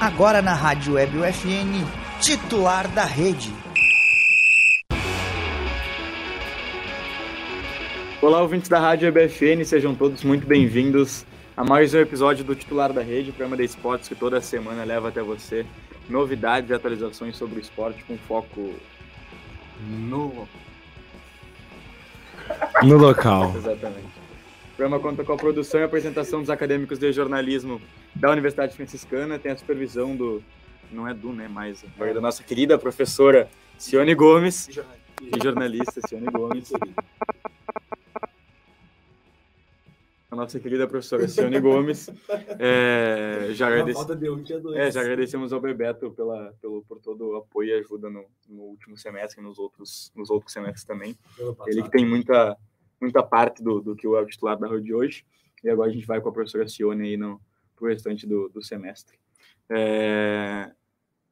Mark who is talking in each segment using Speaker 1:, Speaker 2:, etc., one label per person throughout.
Speaker 1: agora na Rádio Web UFN, titular da rede.
Speaker 2: Olá, ouvintes da Rádio EBFN, sejam todos muito bem-vindos a mais um episódio do Titular da Rede, programa de esportes que toda semana leva até você novidades e atualizações sobre o esporte com foco no,
Speaker 3: no local.
Speaker 2: Exatamente. O programa conta com a produção e apresentação dos acadêmicos de jornalismo da Universidade Franciscana, tem a supervisão do, não é do, né, mas da nossa querida professora Cione Gomes e jornalista Cione Gomes. a nossa querida professora Cione Gomes. É, já, agradece...
Speaker 4: um,
Speaker 2: é, já agradecemos ao Bebeto pela, pelo, por todo o apoio e ajuda no, no último semestre e nos outros, nos outros semestres também. Ele que tem muita, muita parte do, do que é o titular da rua de hoje. E agora a gente vai com a professora Cione aí no, pro restante do, do semestre. É,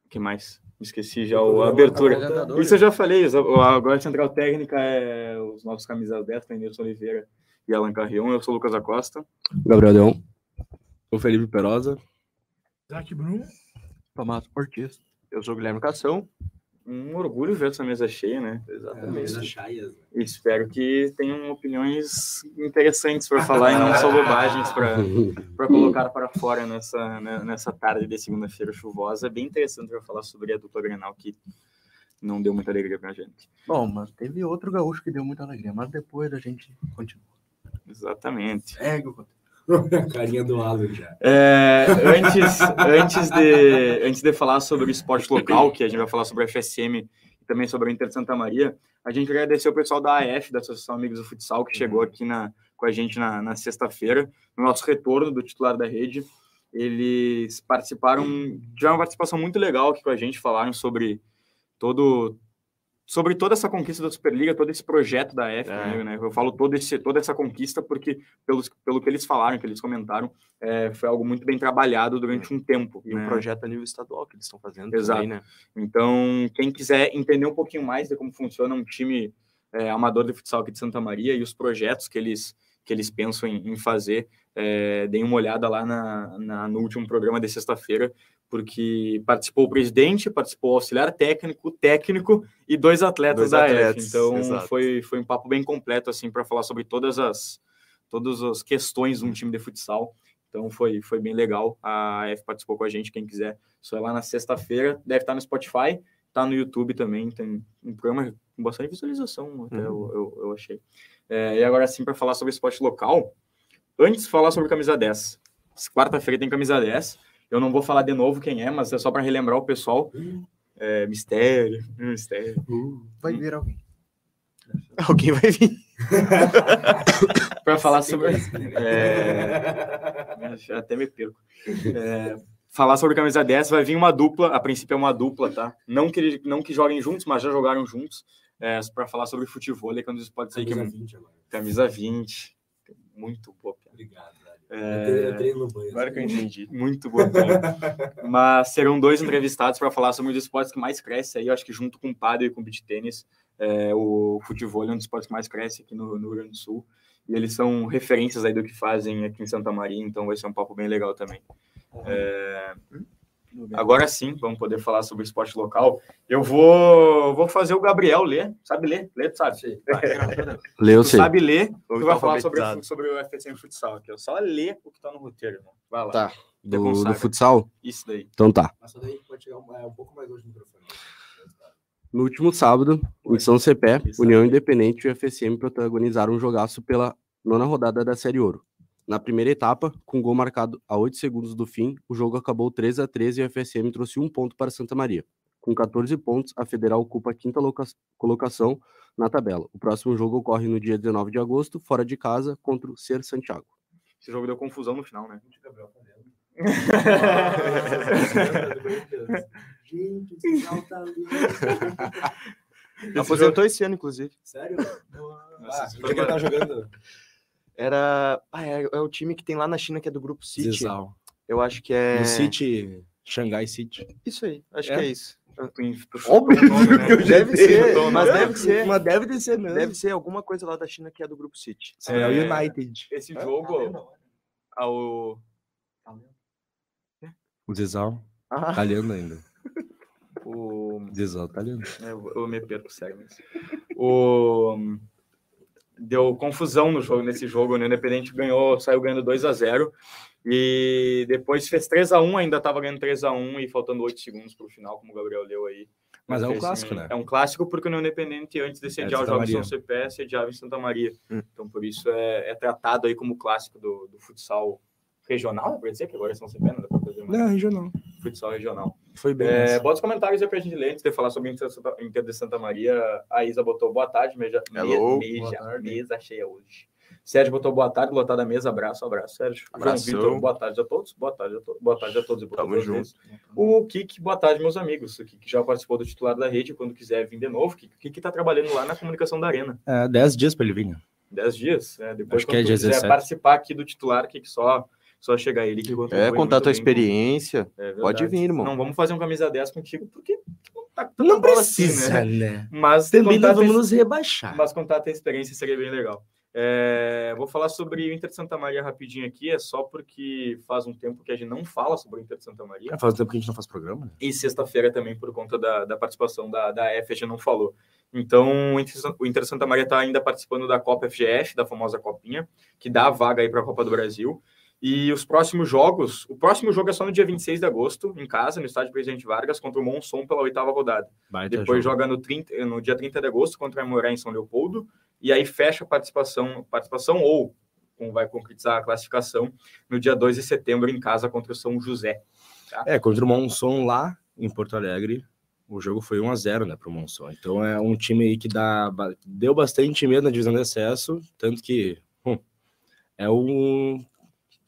Speaker 2: O que mais? Esqueci já o- a abertura.
Speaker 3: tá
Speaker 2: Isso eu já falei, os- o- agora a central técnica é os nossos camisas 10, tem Nilson Oliveira e Alan Carrion, eu sou o Lucas Acosta.
Speaker 3: Gabriel Deon. O Felipe Perosa.
Speaker 5: Isaac Bruno.
Speaker 6: Tomás Ortiz. Eu sou o Guilherme Cação.
Speaker 2: Um orgulho ver essa mesa cheia, né?
Speaker 4: Mesa Chaias. né?
Speaker 2: E espero que tenham opiniões interessantes para falar e não só bobagens para colocar para fora nessa, né, nessa tarde de segunda-feira chuvosa. É bem interessante para falar sobre a dupla Grenal que não deu muita alegria para gente.
Speaker 6: Bom, mas teve outro gaúcho que deu muita alegria, mas depois a gente continua.
Speaker 2: Exatamente.
Speaker 6: É, Gugu.
Speaker 4: A carinha do Alan já.
Speaker 2: É, antes, antes, de, antes de falar sobre o esporte local, que a gente vai falar sobre a FSM e também sobre a Inter de Santa Maria, a gente quer agradecer o pessoal da AF, da Associação Amigos do Futsal, que chegou aqui na, com a gente na, na sexta-feira, no nosso retorno do titular da rede. Eles participaram, tiveram uma participação muito legal aqui com a gente, falaram sobre todo sobre toda essa conquista da Superliga, todo esse projeto da AF,
Speaker 6: É.
Speaker 2: né? Eu falo todo esse, toda essa conquista porque pelos, pelo que eles falaram, que eles comentaram, é, foi algo muito bem trabalhado durante um tempo.
Speaker 6: E
Speaker 2: né?
Speaker 6: um projeto a nível estadual que eles estão fazendo
Speaker 2: Exato.
Speaker 6: também, né?
Speaker 2: Então, quem quiser entender um pouquinho mais de como funciona um time é, amador de futsal aqui de Santa Maria e os projetos que eles, que eles pensam em, em fazer, é, deem uma olhada lá na, na- no último programa de sexta-feira, porque participou o presidente, participou o auxiliar técnico, o técnico e dois atletas
Speaker 6: Dois
Speaker 2: da
Speaker 6: atletas,
Speaker 2: AF. Então,
Speaker 6: exato.
Speaker 2: foi, foi um papo bem completo assim para falar sobre todas as, todas as questões de um time de futsal. Então foi, foi bem legal. A AF participou com a gente, quem quiser só é lá na sexta-feira. Deve estar no Spotify, tá no YouTube também. Tem um programa com bastante visualização, até eu, eu, eu achei. É, e agora sim, para falar sobre esporte local, antes de falar sobre camisa 10. Quarta-feira tem camisa 10. Eu não vou falar de novo quem é, mas é só para relembrar o pessoal. É, mistério, mistério.
Speaker 6: Vai vir alguém. Alguém vai vir.
Speaker 2: Para falar sobre. É, Eu Até me perco. É, falar sobre camisa 10, vai vir uma dupla, a princípio é uma dupla, tá? Não que, ele- não que joguem juntos, mas já jogaram juntos, é, para falar sobre futebol, que às vezes pode ser que é
Speaker 4: Camisa 20 agora.
Speaker 2: camisa 20, muito boa piada.
Speaker 4: Obrigado, velho.
Speaker 2: É,
Speaker 4: Eu tre- Eu treino no banho. né?
Speaker 2: entendi. Muito boa piada. mas serão dois entrevistados para falar sobre um dos esportes que mais cresce aí, eu acho que junto com o padre e com o beach tênis, é, o futebol é um dos esportes que mais cresce aqui no, no Rio Grande do Sul. E eles são referências aí do que fazem aqui em Santa Maria, então vai ser um papo bem legal também. é. Agora sim, vamos poder falar sobre esporte local. Eu vou, vou fazer o Gabriel ler. Sabe ler? Lê, tu sabe?
Speaker 3: Leu,
Speaker 2: Tu sabe ler, tu vai falar sobre,
Speaker 6: alfabetizado.
Speaker 2: sobre o FSM Futsal aqui. ó. só ler o que tá no roteiro, irmão. Vai lá.
Speaker 3: Tá.
Speaker 2: Te
Speaker 3: Do,
Speaker 2: consagra.
Speaker 3: do futsal?
Speaker 2: Isso daí.
Speaker 3: Então tá.
Speaker 4: Mas só daí pode chegar um, é, um pouco mais longe do microfone.
Speaker 3: No último sábado,
Speaker 2: Ué,
Speaker 3: em São Cepé,
Speaker 2: isso
Speaker 3: União
Speaker 2: aí.
Speaker 3: Independente e o FSM protagonizaram um jogaço pela nona rodada da Série Ouro. Na primeira etapa, com gol marcado a 8 segundos do fim, o jogo acabou 3 a 13 e o FSM trouxe um ponto para Santa Maria. Com 14 pontos, a Federal ocupa a quinta loca- colocação na tabela. O próximo jogo ocorre no dia 19 de agosto, fora de casa, contra o Ser Santiago.
Speaker 2: Esse jogo deu confusão no final, né?
Speaker 4: Gente, o Gabriel tá lendo. Nossa, Gente, o sinal tá lindo.
Speaker 6: Aposentou esse ano, inclusive.
Speaker 4: Sério?
Speaker 2: Nossa,
Speaker 4: Ah,
Speaker 2: isso
Speaker 4: o
Speaker 2: foi
Speaker 4: que ele tá jogando?
Speaker 6: Era. Ah, é, é o time que tem lá na China que é do grupo City.
Speaker 7: Zizal.
Speaker 6: Eu acho que é.
Speaker 7: No City, Xangai City.
Speaker 6: Isso aí. Acho
Speaker 7: É?
Speaker 6: que é isso.
Speaker 2: Tu- tu chutou o nome, né?
Speaker 6: Deve ser, mas deve ser.
Speaker 7: Mas deve ser
Speaker 5: É.
Speaker 6: Deve ser alguma coisa lá da China que é do grupo City.
Speaker 7: É, o United.
Speaker 2: Esse
Speaker 6: É. Tá
Speaker 2: é jogo, ao...
Speaker 7: O Zizal.
Speaker 6: Ah, Ah,
Speaker 7: Tá lendo ainda.
Speaker 2: O...
Speaker 7: Desal, tá lendo.
Speaker 2: É, Eu, eu me perco cego nisso. O... Deu confusão no jogo, nesse jogo, né? O Independente ganhou, saiu ganhando 2 a 0 E depois fez 3 a 1 ainda estava ganhando 3 a 1 e faltando 8 segundos para o final, como o Gabriel leu aí.
Speaker 7: Mas é um
Speaker 2: Fez
Speaker 7: clássico, né? É,
Speaker 2: É um clássico porque o Independente, antes de sediar os
Speaker 7: Santa
Speaker 2: jogos em
Speaker 7: Maria. Hum.
Speaker 2: São CPS, sediava em Santa Maria. Então, por isso, é, é tratado aí como clássico do, do futsal regional, por dizer que agora é São CP, não dá pra fazer mais.
Speaker 7: Não, É, regional.
Speaker 2: Futsal regional.
Speaker 7: Foi bem.
Speaker 2: É,
Speaker 7: nessa.
Speaker 2: bota os comentários aí pra gente ler antes de falar sobre o Inter Santa- Inter de Santa Maria. A Isa botou boa tarde, meja,
Speaker 5: Hello,
Speaker 2: meja,
Speaker 4: boa
Speaker 2: meja-
Speaker 4: tarde.
Speaker 2: mesa cheia hoje. Sérgio botou boa tarde, lotada a mesa, abraço, abraço, Sérgio.
Speaker 5: Abração.
Speaker 2: João Vitor, boa tarde a todos, boa tarde a todos, boa tarde a todos. e boa
Speaker 5: Tamo
Speaker 2: tarde a todos. O Kik, boa tarde, meus amigos. O Kik já participou do titular da rede, quando quiser vir de novo, Kik, o Kik tá trabalhando lá na comunicação da Arena.
Speaker 7: É, 10 dias pra ele vir, né?
Speaker 2: 10 dias, né? depois
Speaker 7: Acho que
Speaker 2: quando
Speaker 7: é
Speaker 2: tu
Speaker 7: 17.
Speaker 2: quiser participar aqui do titular, Kik, só, só chegar ele. Que
Speaker 5: É,
Speaker 2: contribui
Speaker 5: contar
Speaker 2: muito
Speaker 5: tua
Speaker 2: bem com-
Speaker 5: experiência.
Speaker 2: É
Speaker 5: Pode
Speaker 2: verdade.
Speaker 5: vir, irmão.
Speaker 2: Não vamos fazer um camisa 10 contigo, porque não tá com tanta
Speaker 7: Não
Speaker 2: bola assim,
Speaker 7: precisa, né?
Speaker 2: Mas
Speaker 7: Também
Speaker 2: contar
Speaker 7: nós
Speaker 2: a tua
Speaker 7: vamos nos
Speaker 2: ex-
Speaker 1: Tá.
Speaker 7: rebaixar.
Speaker 2: mas contar a tua experiência seria bem legal. É, vou falar sobre o Inter de Santa Maria rapidinho aqui, é só porque faz um tempo que a gente não fala sobre o Inter de Santa Maria.
Speaker 1: Tá.
Speaker 7: É, faz tempo que a gente não faz programa, né?
Speaker 2: E sexta-feira também, por conta da, da participação da, da F, a gente não falou. Então, o Inter- o Inter Santa Maria está ainda participando da Copa FGF, da famosa Copinha, que dá a vaga aí para a Copa do Brasil. E os próximos jogos, o próximo jogo é só no dia 26 de agosto, em casa, no estádio Presidente Vargas, contra o Monson pela oitava rodada.
Speaker 7: Baita
Speaker 2: Depois
Speaker 7: tá jogo.
Speaker 2: joga no, 30 no dia 30 de agosto contra a Moré em São Leopoldo. E aí fecha a participação, participação ou como vai concretizar a classificação no dia 2 de setembro em casa contra o São José.
Speaker 7: É, contra o Monson lá em Porto Alegre, o jogo foi 1x0, né, pro Monson. Então é um time aí que dá, ba- deu bastante medo na divisão de acesso, tanto que hum, é um,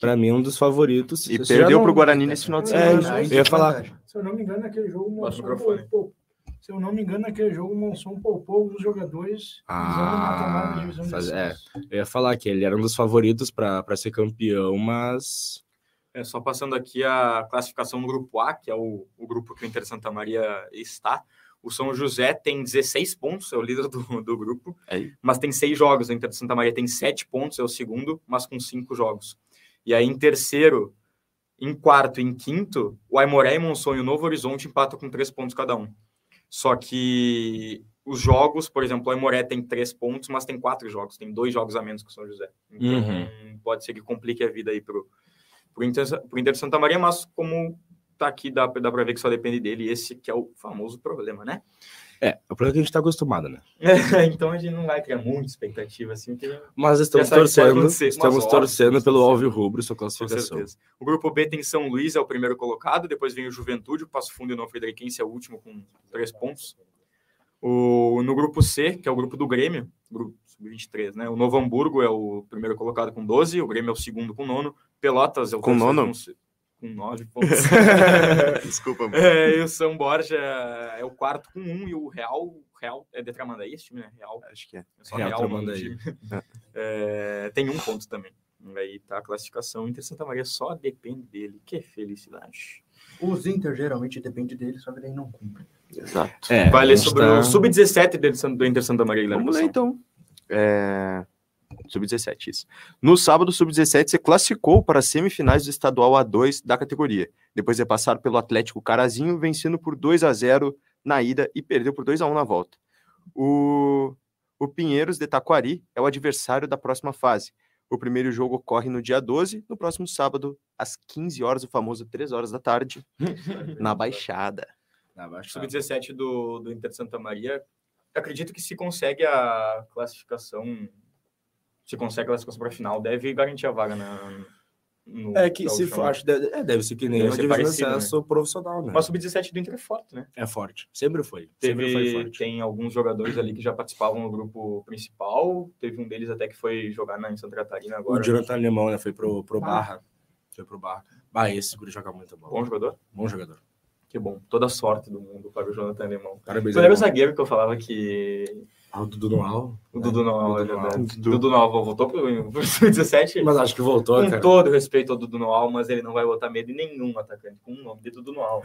Speaker 7: pra mim, um dos favoritos.
Speaker 5: E
Speaker 7: Isso já
Speaker 5: perdeu
Speaker 7: não-
Speaker 5: pro Guarani nesse final de semana.
Speaker 7: É, isso. eu ia falar.
Speaker 4: Se eu não me engano, naquele jogo o
Speaker 2: Bota o
Speaker 4: Monson
Speaker 2: microfone.
Speaker 4: poupou. Se eu não me engano, naquele jogo o Monson poupou os jogadores.
Speaker 7: Ah,
Speaker 4: visando mata-mata, visando
Speaker 7: faz- é.
Speaker 4: descenso.
Speaker 7: Eu ia falar que ele era um dos favoritos pra pra ser campeão, mas
Speaker 2: É, só passando aqui a classificação do grupo A, que é o, o grupo que o Inter Santa Maria está. O São José tem 16 pontos, é o líder do, do grupo,
Speaker 5: Aí.
Speaker 2: mas tem seis jogos. O Inter Santa Maria tem sete pontos, é o segundo, mas com cinco jogos. E aí, em terceiro, em quarto e em quinto, o Aimoré e Monson e o Novo Horizonte empatam com três pontos cada um. Só que os jogos, por exemplo, o Aimoré tem três pontos, mas tem quatro jogos, tem dois jogos a menos que o São José. Então, pode ser que complique a vida aí pro, pro, Inter, pro Inter de Santa Maria, mas como tá aqui, dá, dá pra ver que só depende dele, e esse que é o famoso problema, né?
Speaker 7: é, é o problema que a gente tá acostumado, né?
Speaker 2: então a gente não vai criar muita expectativa, assim, porque
Speaker 7: Mas estamos
Speaker 2: sabe o que pode
Speaker 7: torcendo,
Speaker 2: acontecer, mas
Speaker 7: estamos
Speaker 2: óbvio,
Speaker 7: torcendo
Speaker 2: com
Speaker 7: pelo
Speaker 2: certeza.
Speaker 7: Alvio Rubro, sua
Speaker 2: com
Speaker 7: classificação.
Speaker 2: certeza. O grupo B tem São Luís, é o primeiro colocado, depois vem o Juventude, o Passo Fundo e o Novo Frederiquense é o último com três pontos. O, no grupo C, que é o grupo do Grêmio, grupo sub-23, né? O Novo Hamburgo é o primeiro colocado com 12, o Grêmio é o segundo com nono, Pelotas é o
Speaker 5: Com
Speaker 2: terceiro
Speaker 5: nono?
Speaker 2: com se- com nove pontos.
Speaker 5: Desculpa, mano.
Speaker 2: É, e o São Borja é o quarto com um, e o Real, Real é de Tramandaí esse time, né? Real,
Speaker 5: Acho que é.
Speaker 2: é só
Speaker 7: Real
Speaker 2: Real, o nome do
Speaker 7: Tramandaí.
Speaker 2: time. É, tem um ponto também. Aí tá a classificação. O Inter Santa Maria só depende dele. Que felicidade.
Speaker 4: Os Inter geralmente depende dele, só que daí não cumpre.
Speaker 5: Exato.
Speaker 7: É,
Speaker 2: Vai
Speaker 7: a
Speaker 2: ler
Speaker 7: gente
Speaker 2: sobre
Speaker 7: tá-
Speaker 2: o Sub-17 dele- do Inter Santa Maria. Guilherme
Speaker 5: Vamos lá
Speaker 2: Pessoal.
Speaker 5: então. É, Sub-17, isso. No sábado, o Sub-17 se classificou para as semifinais do estadual A2 da categoria, depois de passar pelo Atlético Carazinho, vencendo por 2 a 0 na ida e perdeu por 2 a 1 na volta. O, o Pinheiros de Taquari é o adversário da próxima fase. O primeiro jogo ocorre no dia 12, no próximo sábado, às 15 horas, o famoso 3 horas da tarde, na Baixada.
Speaker 7: Ah, baixo, tá.
Speaker 2: Sub-17 do, do Inter de Santa Maria. Acredito que se consegue a classificação, se consegue a classificação para a final, deve garantir a vaga na. no
Speaker 7: É que se
Speaker 2: gauchão,
Speaker 7: for,
Speaker 2: né?
Speaker 7: acho, deve, é, deve ser que nem
Speaker 2: Deve
Speaker 7: uma
Speaker 2: ser
Speaker 7: divisão de
Speaker 2: parecido,
Speaker 7: acesso profissional, né?
Speaker 2: Mas o Sub-17 do Inter é forte, né?
Speaker 7: é forte. Sempre foi. Sempre foi
Speaker 2: Teve,
Speaker 7: forte.
Speaker 2: tem alguns jogadores ali que já participavam no grupo principal. Teve um deles até que foi jogar na, em Santa Catarina agora.
Speaker 7: O Jonathan Alemão, né? Foi pro, pro
Speaker 4: Ah.
Speaker 7: Barra. Foi pro Barra. Bah, esse guri joga muito bola.
Speaker 2: Bom jogador?
Speaker 7: Bom jogador.
Speaker 2: Que bom. Toda a sorte do mundo para o Jonathan Alemão.
Speaker 7: Parabéns,
Speaker 2: Ele era o
Speaker 7: Alemão.
Speaker 2: zagueiro que eu falava que
Speaker 7: Ah, o Dudu Noal.
Speaker 2: O Dudu Noal, é
Speaker 7: Dudu
Speaker 2: verdade.
Speaker 7: Noal.
Speaker 2: Dudu, Noal voltou pro, pro 17?
Speaker 7: Mas tá. acho que voltou,
Speaker 2: com
Speaker 7: cara.
Speaker 2: todo respeito ao Dudu Noal, mas ele não vai botar medo em nenhum atacante com o nome de Dudu Noal.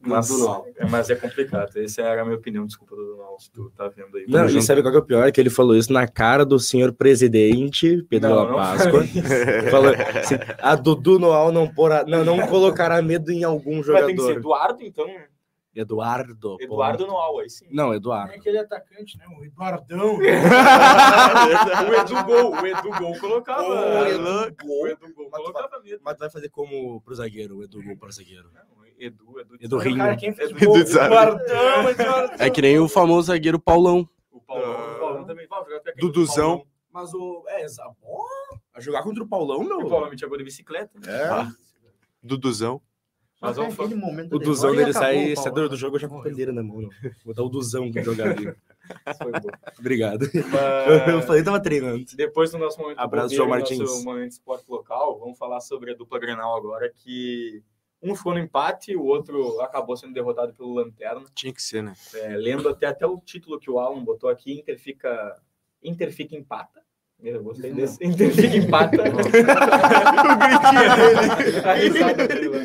Speaker 2: mas,
Speaker 7: Dudu Noal.
Speaker 2: é- mas é complicado. Essa era a minha opinião. Desculpa, Dudu Noal, se tu tá vendo aí.
Speaker 7: Não, e sabe qual que é o pior? Que ele falou isso na cara do senhor presidente, Pedro
Speaker 2: Não,
Speaker 7: La
Speaker 2: não
Speaker 7: Páscoa. Falou assim, a Dudu Noal não, porá, não, não colocará medo em algum
Speaker 2: Mas tem que ser
Speaker 7: é jogador.
Speaker 2: Eduardo, então. né?
Speaker 7: Eduardo. pô.
Speaker 2: Eduardo Noal, aí sim.
Speaker 7: Não, Eduardo.
Speaker 4: É aquele atacante, né? O Eduardão.
Speaker 2: o Edu Gol, o Edu Gol colocava.
Speaker 7: Ô, Edu
Speaker 2: o Edu Gol
Speaker 7: Mas tu
Speaker 2: colocava medo.
Speaker 7: Mas tu vai fazer como pro zagueiro, o Edu Gol para zagueiro.
Speaker 2: Não, Edu, é um Edu.
Speaker 7: Edu
Speaker 4: O
Speaker 7: Rinho.
Speaker 4: cara, quem fez
Speaker 2: Edu-
Speaker 4: gol?
Speaker 5: Edu-
Speaker 4: Eduardão, Eduardão.
Speaker 3: É que nem o famoso zagueiro Paulão.
Speaker 2: O Paulão, o
Speaker 7: Ah.
Speaker 2: Paulão também. Vai jogar até aquele
Speaker 5: Duduzão.
Speaker 7: Mas o. É, Zabó? A jogar contra o Paulão,
Speaker 2: Paulão. E O
Speaker 7: meu?
Speaker 2: Paulão metia gol de bicicleta.
Speaker 7: É.
Speaker 5: Duduzão.
Speaker 2: Mas é um
Speaker 1: Só que
Speaker 2: vamos falar.
Speaker 1: naquele momento
Speaker 7: O
Speaker 1: da
Speaker 7: Duzão
Speaker 1: história
Speaker 7: dele sai,
Speaker 1: acabou,
Speaker 7: sai
Speaker 1: Paulo.
Speaker 7: do jogo já com a bandeira na mão, não. Botar o Duzão que jogar ali.
Speaker 2: Foi bom.
Speaker 7: Obrigado. Eu
Speaker 2: Mas-
Speaker 7: falei, tava treinando.
Speaker 2: É, Depois do nosso momento
Speaker 7: Abraço,
Speaker 2: bobeira, nosso
Speaker 7: João Martins.
Speaker 2: momento esporte local, vamos falar sobre a dupla Grenal agora, que um ficou no empate, o outro acabou sendo derrotado pelo Lanterna.
Speaker 5: Tinha que ser, né?
Speaker 2: É, lembro até, até o título que o Alan botou aqui, Inter fica, Inter fica empata. Eu gostei desse. Inter fica empata. o gritinho dele. A risada dele. lá.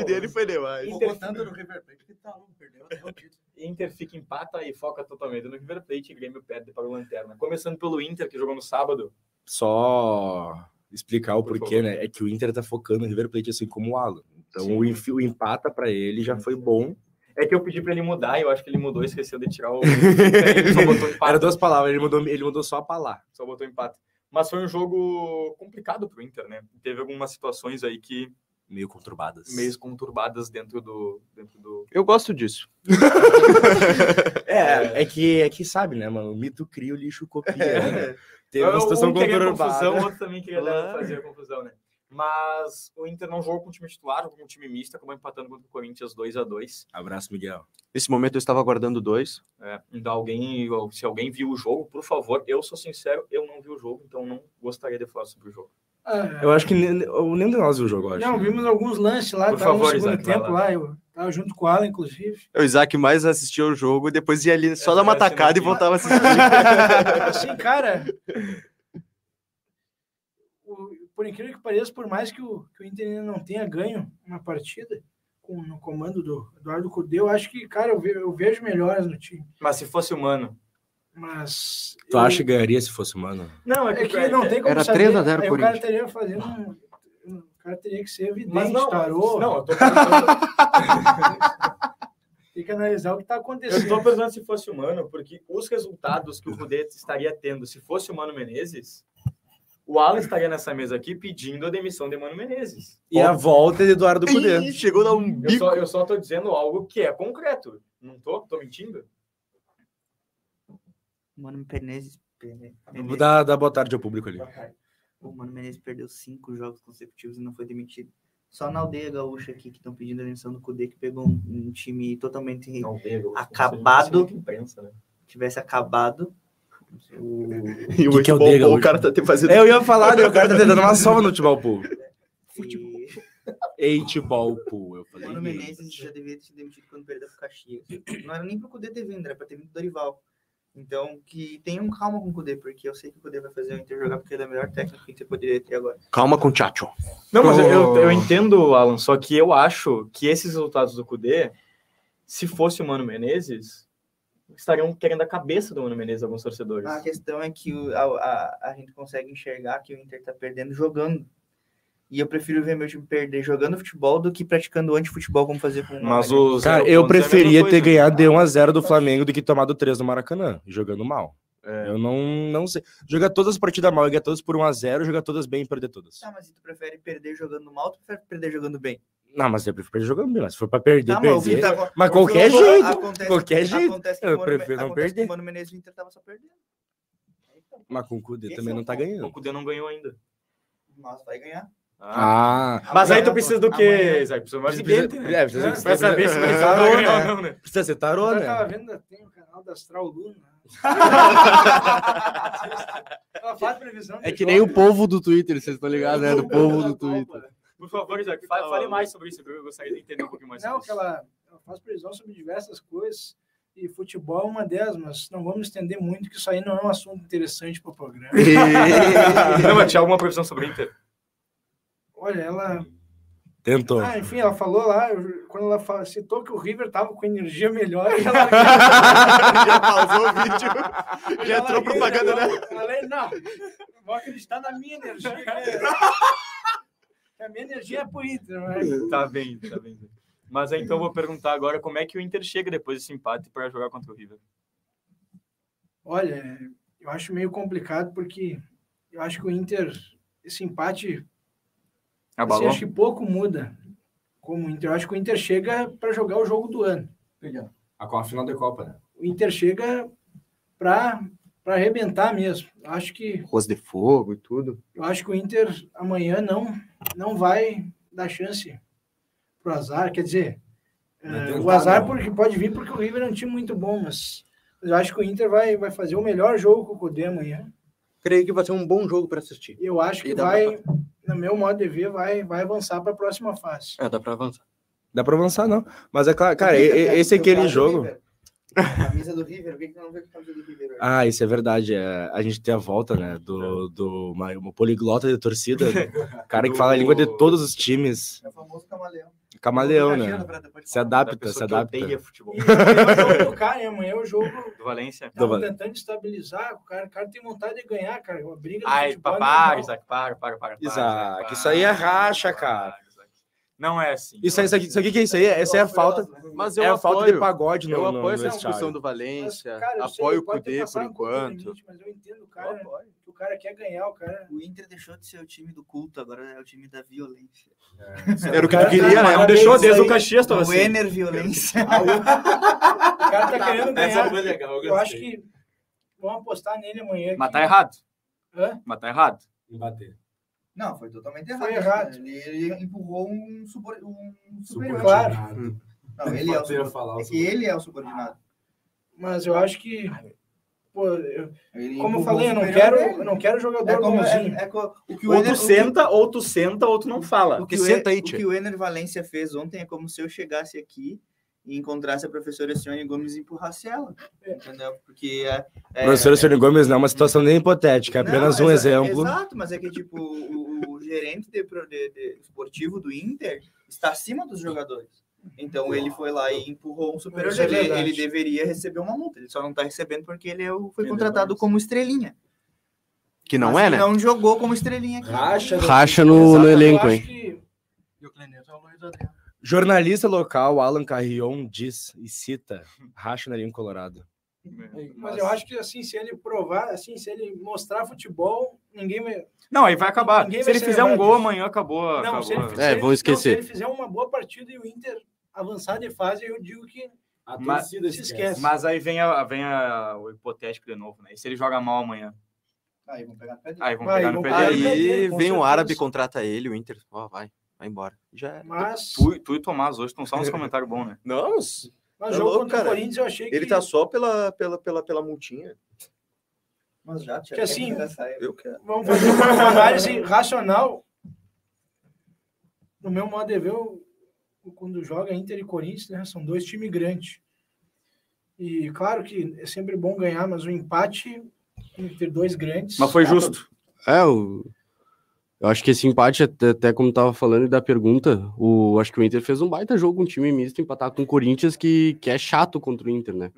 Speaker 5: O dele foi demais.
Speaker 2: Inter-
Speaker 4: Ficou tanto no River Plate que tá louco, perdeu até o título.
Speaker 2: Inter fica empata e foca totalmente no River Plate e Grêmio perde para o Lanterna. Começando pelo Inter, que jogou no sábado.
Speaker 7: só explicar o
Speaker 2: Por
Speaker 7: porquê,
Speaker 2: favor.
Speaker 7: né? É que o Inter tá focando no River Plate assim como o Alan. Então
Speaker 2: Sim.
Speaker 7: o, enfi- o empata pra ele já foi bom.
Speaker 2: É que eu pedi para ele mudar e eu acho que ele mudou, esqueceu de tirar o. Só botou empate.
Speaker 7: Era duas palavras, ele mudou, ele mudou só a palavra.
Speaker 2: só botou empate. Mas foi um jogo complicado pro Inter, né? Teve algumas situações aí que
Speaker 7: Meio conturbadas.
Speaker 2: meio conturbadas dentro do. Dentro do...
Speaker 5: Eu gosto disso.
Speaker 7: É, é que, é que sabe, né, mano? O mito cria, o lixo copia. Né? Tem
Speaker 2: Um
Speaker 7: uma situação
Speaker 2: queria
Speaker 7: conturbada.
Speaker 2: confusão, o outro também queria
Speaker 5: Claro.
Speaker 2: fazer a confusão, né? Mas o Inter não jogou com o time titular, jogou com o time misto, acabou empatando contra o Corinthians 2 a 2
Speaker 7: Abraço, Miguel.
Speaker 5: Nesse momento eu estava aguardando dois.
Speaker 2: É, ainda alguém, se alguém viu o jogo, por favor, eu sou sincero, eu não vi o jogo, então não gostaria de falar sobre o jogo.
Speaker 4: Ah,
Speaker 7: Eu acho que nem, eu- nem de nós viu o jogo, eu acho.
Speaker 4: não, vimos alguns lances lá,
Speaker 2: Por
Speaker 4: tava
Speaker 2: favor,
Speaker 4: no segundo
Speaker 2: Isaac, vai
Speaker 4: tempo
Speaker 2: lá.
Speaker 4: lá. Eu tava junto com o Alan, inclusive.
Speaker 5: É O Isaac mais assistia o jogo, depois ia ali só
Speaker 2: É,
Speaker 5: dar uma
Speaker 2: parece
Speaker 5: tacada e
Speaker 2: uma-
Speaker 5: voltava a assistir.
Speaker 4: assim, cara. o- por incrível que pareça, por mais que o, que o Inter ainda não tenha ganho uma partida com, no comando do Eduardo Cudê, eu acho que, cara, eu, ve- eu vejo melhoras no time.
Speaker 2: Mas se fosse humano.
Speaker 4: Mas.
Speaker 7: Tu
Speaker 4: eu-
Speaker 7: acha que ganharia se fosse humano?
Speaker 2: Não,
Speaker 4: É que não tem como
Speaker 5: Era
Speaker 4: saber.
Speaker 5: 3 a 0
Speaker 4: Aí o cara
Speaker 5: Corinthians.
Speaker 4: teria fazendo um. O cara teria que ser evidente,
Speaker 2: Mas não,
Speaker 4: tarô.
Speaker 2: não, eu tô falando-
Speaker 4: Tem que analisar o que está acontecendo.
Speaker 2: Eu estou pensando se fosse humano, porque os resultados que o Cudê estaria tendo, se fosse o Mano Menezes, o Alan estaria nessa mesa aqui pedindo a demissão de Mano Menezes.
Speaker 7: E a volta de Eduardo Cudê.
Speaker 5: Ih, Chegou a dar um
Speaker 2: Eu
Speaker 5: bico.
Speaker 2: só, eu só tô dizendo algo que é concreto. Não tô? Tô mentindo?
Speaker 1: Mano Menezes. Pene- Menezes-
Speaker 7: Dá, dá boa tarde ao público ali.
Speaker 1: O Mano Menezes perdeu cinco jogos consecutivos e não foi demitido. Só na aldeia gaúcha aqui que estão pedindo a demissão do Cudê, que pegou um, um time totalmente que
Speaker 2: Não, Diego,
Speaker 1: Acabado.
Speaker 2: você não tem imprensa, né?
Speaker 1: tivesse acabado. O-
Speaker 5: E
Speaker 7: Que que é o Dega hoje?
Speaker 5: tá te fazendo.
Speaker 7: É, eu ia falar, né? O cara tá tentando uma sova no futebol pool.
Speaker 1: e-
Speaker 7: Eightball pool, eu
Speaker 1: O
Speaker 7: falei.
Speaker 1: Mano Menezes já devia ter sido demitido quando perdeu pro Caxias. Não era nem pro Cudê ter vindo, era pra ter vindo do Dorival. Então, que tenham calma com o Cudê, porque eu sei que o Cudê vai fazer o Inter jogar porque ele é o melhor técnico que o Inter poderia ter agora.
Speaker 5: Calma com o Tchatcho.
Speaker 2: Não, mas eu,
Speaker 7: Oh.
Speaker 2: eu- eu entendo, Alan, só que eu acho que esses resultados do Cudê, se fosse o Mano Menezes, estariam querendo a cabeça do Mano Menezes alguns torcedores.
Speaker 1: A questão é que o- a, a, a gente consegue enxergar que o Inter tá perdendo jogando. E eu prefiro ver meu time perder jogando futebol do que praticando antifutebol como fazer com o
Speaker 2: Mas
Speaker 1: América.
Speaker 2: o zero
Speaker 7: Cara, eu
Speaker 2: pontos é a mesma
Speaker 7: preferia ter
Speaker 2: coisa.
Speaker 7: ganhado de 1x0 do Flamengo do que tomado 3 no Maracanã, jogando mal.
Speaker 2: É.
Speaker 7: Eu não, não sei. Jogar todas as partidas mal, e ganhar todas por 1x0, jogar todas bem e perder todas.
Speaker 1: Tá, mas tu prefere perder jogando mal ou tu prefere perder jogando bem?
Speaker 7: Não, mas eu prefiro perder jogando bem, mas se for pra perder,
Speaker 1: Tá, mas o
Speaker 7: perder.
Speaker 1: Inter tá-
Speaker 7: Mas qualquer
Speaker 1: Aco-
Speaker 7: jeito,
Speaker 1: acontece-
Speaker 7: qualquer jeito.
Speaker 1: Acontece que
Speaker 7: Eu
Speaker 1: o Mano-
Speaker 7: prefiro não
Speaker 1: acontece que
Speaker 7: perder.
Speaker 1: O Mano Menezes e o Inter tava só perdendo.
Speaker 7: Mas com o Cudê
Speaker 1: Esse
Speaker 7: também
Speaker 1: é o
Speaker 7: não tá
Speaker 1: ponto.
Speaker 2: O
Speaker 7: ganhando.
Speaker 2: Cudê não ganhou ainda.
Speaker 1: Mas vai ganhar.
Speaker 7: Ah,
Speaker 2: Mas aí tu
Speaker 1: Amanhã-
Speaker 2: precisa do
Speaker 1: amanhã-
Speaker 2: quê, Isaac? Precisa do acidente, né?
Speaker 7: É, precisa, precisa,
Speaker 2: Pra saber se vai
Speaker 7: tarô,
Speaker 2: ganhar
Speaker 7: né?
Speaker 2: ou não, né?
Speaker 7: Precisa ser
Speaker 4: Eu
Speaker 7: tarô,
Speaker 4: tava
Speaker 7: né?
Speaker 4: vendo, tem o canal da Astral Luna. Ela faz previsão.
Speaker 3: É
Speaker 4: de
Speaker 3: que nem o
Speaker 4: jogos.
Speaker 3: povo do Twitter, vocês estão ligados, né? Do povo do Twitter.
Speaker 2: Por favor, Isaac, fa- fale mais sobre isso. Eu gostaria de entender um pouquinho mais
Speaker 4: Não,
Speaker 2: sobre
Speaker 4: que ela, ela faz previsão sobre diversas coisas. E futebol é uma delas, mas não vamos estender muito, que isso aí não é um assunto interessante para o programa.
Speaker 2: Não, mas tinha alguma previsão sobre o Inter?
Speaker 4: Olha, ela.
Speaker 7: Tentou.
Speaker 4: Ah, enfim, ela falou lá, eu- quando ela fa- citou que o River tava com energia melhor. Ela,
Speaker 5: Já pausou o vídeo. Já entrou
Speaker 4: ela-
Speaker 5: propaganda, né?
Speaker 4: Eu Falei, não, vou acreditar na minha energia. que A minha energia é pro Inter, mas.
Speaker 2: Tá bem, tá bem. Mas aí, então eu vou perguntar agora como é que o Inter chega depois desse empate para jogar contra o River.
Speaker 4: Olha, eu acho meio complicado porque eu acho que o Inter, esse empate, assim,
Speaker 2: Abalou?
Speaker 4: acho que pouco muda como o Inter. Eu acho que o Inter chega para jogar o jogo do ano.
Speaker 7: A, co- a final da Copa, né?
Speaker 4: O Inter chega para para arrebentar mesmo. Eu Acho que
Speaker 5: Rosa de fogo e tudo.
Speaker 4: eu acho que o Inter amanhã não não vai dar chance pro azar, quer dizer,
Speaker 7: Não
Speaker 4: eh,
Speaker 7: tem
Speaker 4: o
Speaker 7: nada,
Speaker 4: azar
Speaker 7: né?
Speaker 4: porque pode vir porque o River é um time muito bom, mas eu acho que o Inter vai, vai fazer o melhor jogo com o Cudê amanhã.
Speaker 6: Creio que vai ser um bom jogo para assistir.
Speaker 4: Eu acho que
Speaker 6: E dá
Speaker 4: vai, no meu modo de ver, vai, vai avançar para a próxima fase.
Speaker 6: É, dá para avançar.
Speaker 7: Dá pra avançar, não. Mas é claro, cara, e- e- esse é aquele jogo.
Speaker 1: Camisa do River, por que que não veio com a camisa do River? hoje?
Speaker 7: Ah, isso é verdade. é, a gente tem a volta, né? Do, do uma, uma poliglota de torcida. né? Cara que fala a língua de todos os times.
Speaker 1: É o famoso camaleão.
Speaker 7: Camaleão,
Speaker 1: Tá
Speaker 7: né?
Speaker 1: cheio, Brada, pode
Speaker 7: Se
Speaker 1: falar.
Speaker 2: Da
Speaker 7: adapta,
Speaker 2: pessoa
Speaker 7: se
Speaker 2: que
Speaker 7: adapta.
Speaker 2: odeia futebol.
Speaker 4: E amanhã é o jogo do cara, hein? amanhã é o jogo.
Speaker 2: Do Valência.
Speaker 4: Tava
Speaker 7: Valeu.
Speaker 4: tentando estabilizar, o cara, o cara tem vontade de ganhar, cara. Uma briga do
Speaker 2: Ai,
Speaker 4: futebol é
Speaker 2: pa- para,
Speaker 4: normal.
Speaker 2: Isaac, para, para, para. para,
Speaker 7: Isaac,
Speaker 2: para,
Speaker 7: isso aí é
Speaker 2: para,
Speaker 7: racha,
Speaker 2: para,
Speaker 7: cara.
Speaker 2: Isaac. Não é assim.
Speaker 7: Isso aí, isso aqui, isso aqui que é isso aí? Essa é a falta.
Speaker 6: Mas eu
Speaker 7: É a
Speaker 6: apoio,
Speaker 7: falta de pagode no,
Speaker 6: eu
Speaker 7: no,
Speaker 6: apoio
Speaker 7: no
Speaker 6: essa discussão
Speaker 7: vestiário.
Speaker 6: do
Speaker 4: Mas,
Speaker 6: Valência.
Speaker 4: cara, eu sei,
Speaker 6: apoio o
Speaker 4: pode ter
Speaker 6: Cudê por
Speaker 4: passado um pouco do
Speaker 6: enquanto.
Speaker 4: limite, mas eu entendo o cara, que o cara quer ganhar, o cara.
Speaker 1: O Inter deixou de ser o time do culto, agora é o time da violência.
Speaker 5: Era o que
Speaker 4: Cara,
Speaker 5: tu queria,
Speaker 4: mas
Speaker 5: né?
Speaker 2: Não
Speaker 4: Parabéns,
Speaker 2: deixou
Speaker 4: isso
Speaker 2: desde o
Speaker 4: aí.
Speaker 2: Caxias, tava
Speaker 1: O
Speaker 2: assim.
Speaker 1: Ener violência.
Speaker 4: O cara tá querendo ganhar.
Speaker 2: legal,
Speaker 4: Eu acho que vão apostar nele amanhã.
Speaker 2: Mas
Speaker 4: que-
Speaker 2: tá errado.
Speaker 4: Hã?
Speaker 2: Mas tá errado.
Speaker 1: Não, foi totalmente errado.
Speaker 4: Foi errado.
Speaker 1: né? Ele, ele empurrou um, supor, um superior.
Speaker 4: Claro.
Speaker 1: Não, ele é o subordinado. É que ele é o subordinado.
Speaker 4: Mas eu acho que. Pô, eu-
Speaker 1: Ele
Speaker 4: como eu
Speaker 1: empurrou
Speaker 4: falei,
Speaker 1: o
Speaker 4: eu não
Speaker 1: superior
Speaker 4: quero,
Speaker 1: dele.
Speaker 4: eu não quero jogador
Speaker 1: É como,
Speaker 4: bonzinho.
Speaker 1: é, é co- o que o
Speaker 2: Ou
Speaker 1: Ener,
Speaker 2: tu
Speaker 1: o que-
Speaker 2: senta, ou tu senta, ou tu não fala.
Speaker 1: o que
Speaker 6: Porque
Speaker 1: o
Speaker 6: senta aí,
Speaker 1: E- o
Speaker 6: tio.
Speaker 1: que o Ener Valência fez ontem é como se eu chegasse aqui e encontrasse a professora Sione Gomes e empurrasse ela. Entendeu? Porque é. é-
Speaker 7: Professor Sônia Gomes, não é uma situação nem hipotética, é
Speaker 1: Não,
Speaker 7: apenas um
Speaker 1: exa-
Speaker 7: exemplo.
Speaker 1: Exato, mas é que tipo, o, o- o gerente de, pro- de- de esportivo do Inter está acima dos jogadores. Então ele foi lá e empurrou um superior.
Speaker 4: Isso é
Speaker 1: dele. ele,
Speaker 4: verdade.
Speaker 1: ele deveria receber uma multa. Ele só não está recebendo porque ele é o- foi
Speaker 2: Ele é
Speaker 1: contratado
Speaker 2: Gomes.
Speaker 1: como estrelinha.
Speaker 5: Que não
Speaker 1: Mas
Speaker 5: é,
Speaker 1: que
Speaker 5: né?
Speaker 1: Não jogou como estrelinha aqui.
Speaker 3: Racha no, no
Speaker 4: Exato, eu
Speaker 3: elenco,
Speaker 4: acho
Speaker 3: hein?
Speaker 4: que-
Speaker 7: Jornalista local Alan Carrion diz e cita racha na linha colorado.
Speaker 4: Mas eu acho que assim, se ele provar, assim, se ele mostrar futebol, ninguém vai.
Speaker 2: Não, aí vai acabar.
Speaker 4: Ninguém
Speaker 2: se ele
Speaker 4: vai
Speaker 2: fizer
Speaker 4: lembrar
Speaker 2: um gol
Speaker 4: disso.
Speaker 2: amanhã, acabou.
Speaker 4: Não, se ele,
Speaker 2: acabou.
Speaker 4: se
Speaker 3: É,
Speaker 4: ele-
Speaker 3: vão
Speaker 4: não,
Speaker 3: esquecer.
Speaker 4: se ele fizer uma boa partida e o Inter avançar de fase, eu digo que
Speaker 2: Mas,
Speaker 4: se esquece.
Speaker 2: mas aí vem, a, vem a- o hipotético de novo, né? E se ele joga mal amanhã?
Speaker 1: Aí, vamos pegar no pé dele.
Speaker 2: Aí vão
Speaker 4: Vai,
Speaker 2: pegar no
Speaker 4: vão
Speaker 2: pé
Speaker 4: pegar
Speaker 2: dele.
Speaker 4: no pé
Speaker 5: Aí
Speaker 4: dele, com
Speaker 5: vem um
Speaker 4: certeza.
Speaker 5: árabe, contrata ele, o Inter. Ó, vai, vai embora. Já é. era.
Speaker 4: Mas,
Speaker 2: Tu, tu e Tomás hoje estão só nos comentários bons, né?
Speaker 5: Não,
Speaker 4: mas
Speaker 5: tá
Speaker 4: jogo
Speaker 5: louco,
Speaker 4: contra
Speaker 5: cara.
Speaker 4: o Corinthians eu achei que.
Speaker 5: ele tá só pela, pela, pela, pela multinha.
Speaker 1: Mas já, já
Speaker 4: Que assim,
Speaker 1: já saiu.
Speaker 5: Eu quero.
Speaker 4: Vamos fazer uma análise racional. No meu modo de ver, o- o- quando joga Inter e Corinthians, né, são dois times grandes. E claro que é sempre bom ganhar, mas o empate entre dois grandes.
Speaker 2: Mas foi justo.
Speaker 3: É, o... eu acho que esse empate, até, até como tava falando e da pergunta, o... acho que o Inter fez um baita jogo, um time misto, empatar com o Corinthians, que, que é chato contra o Inter, né?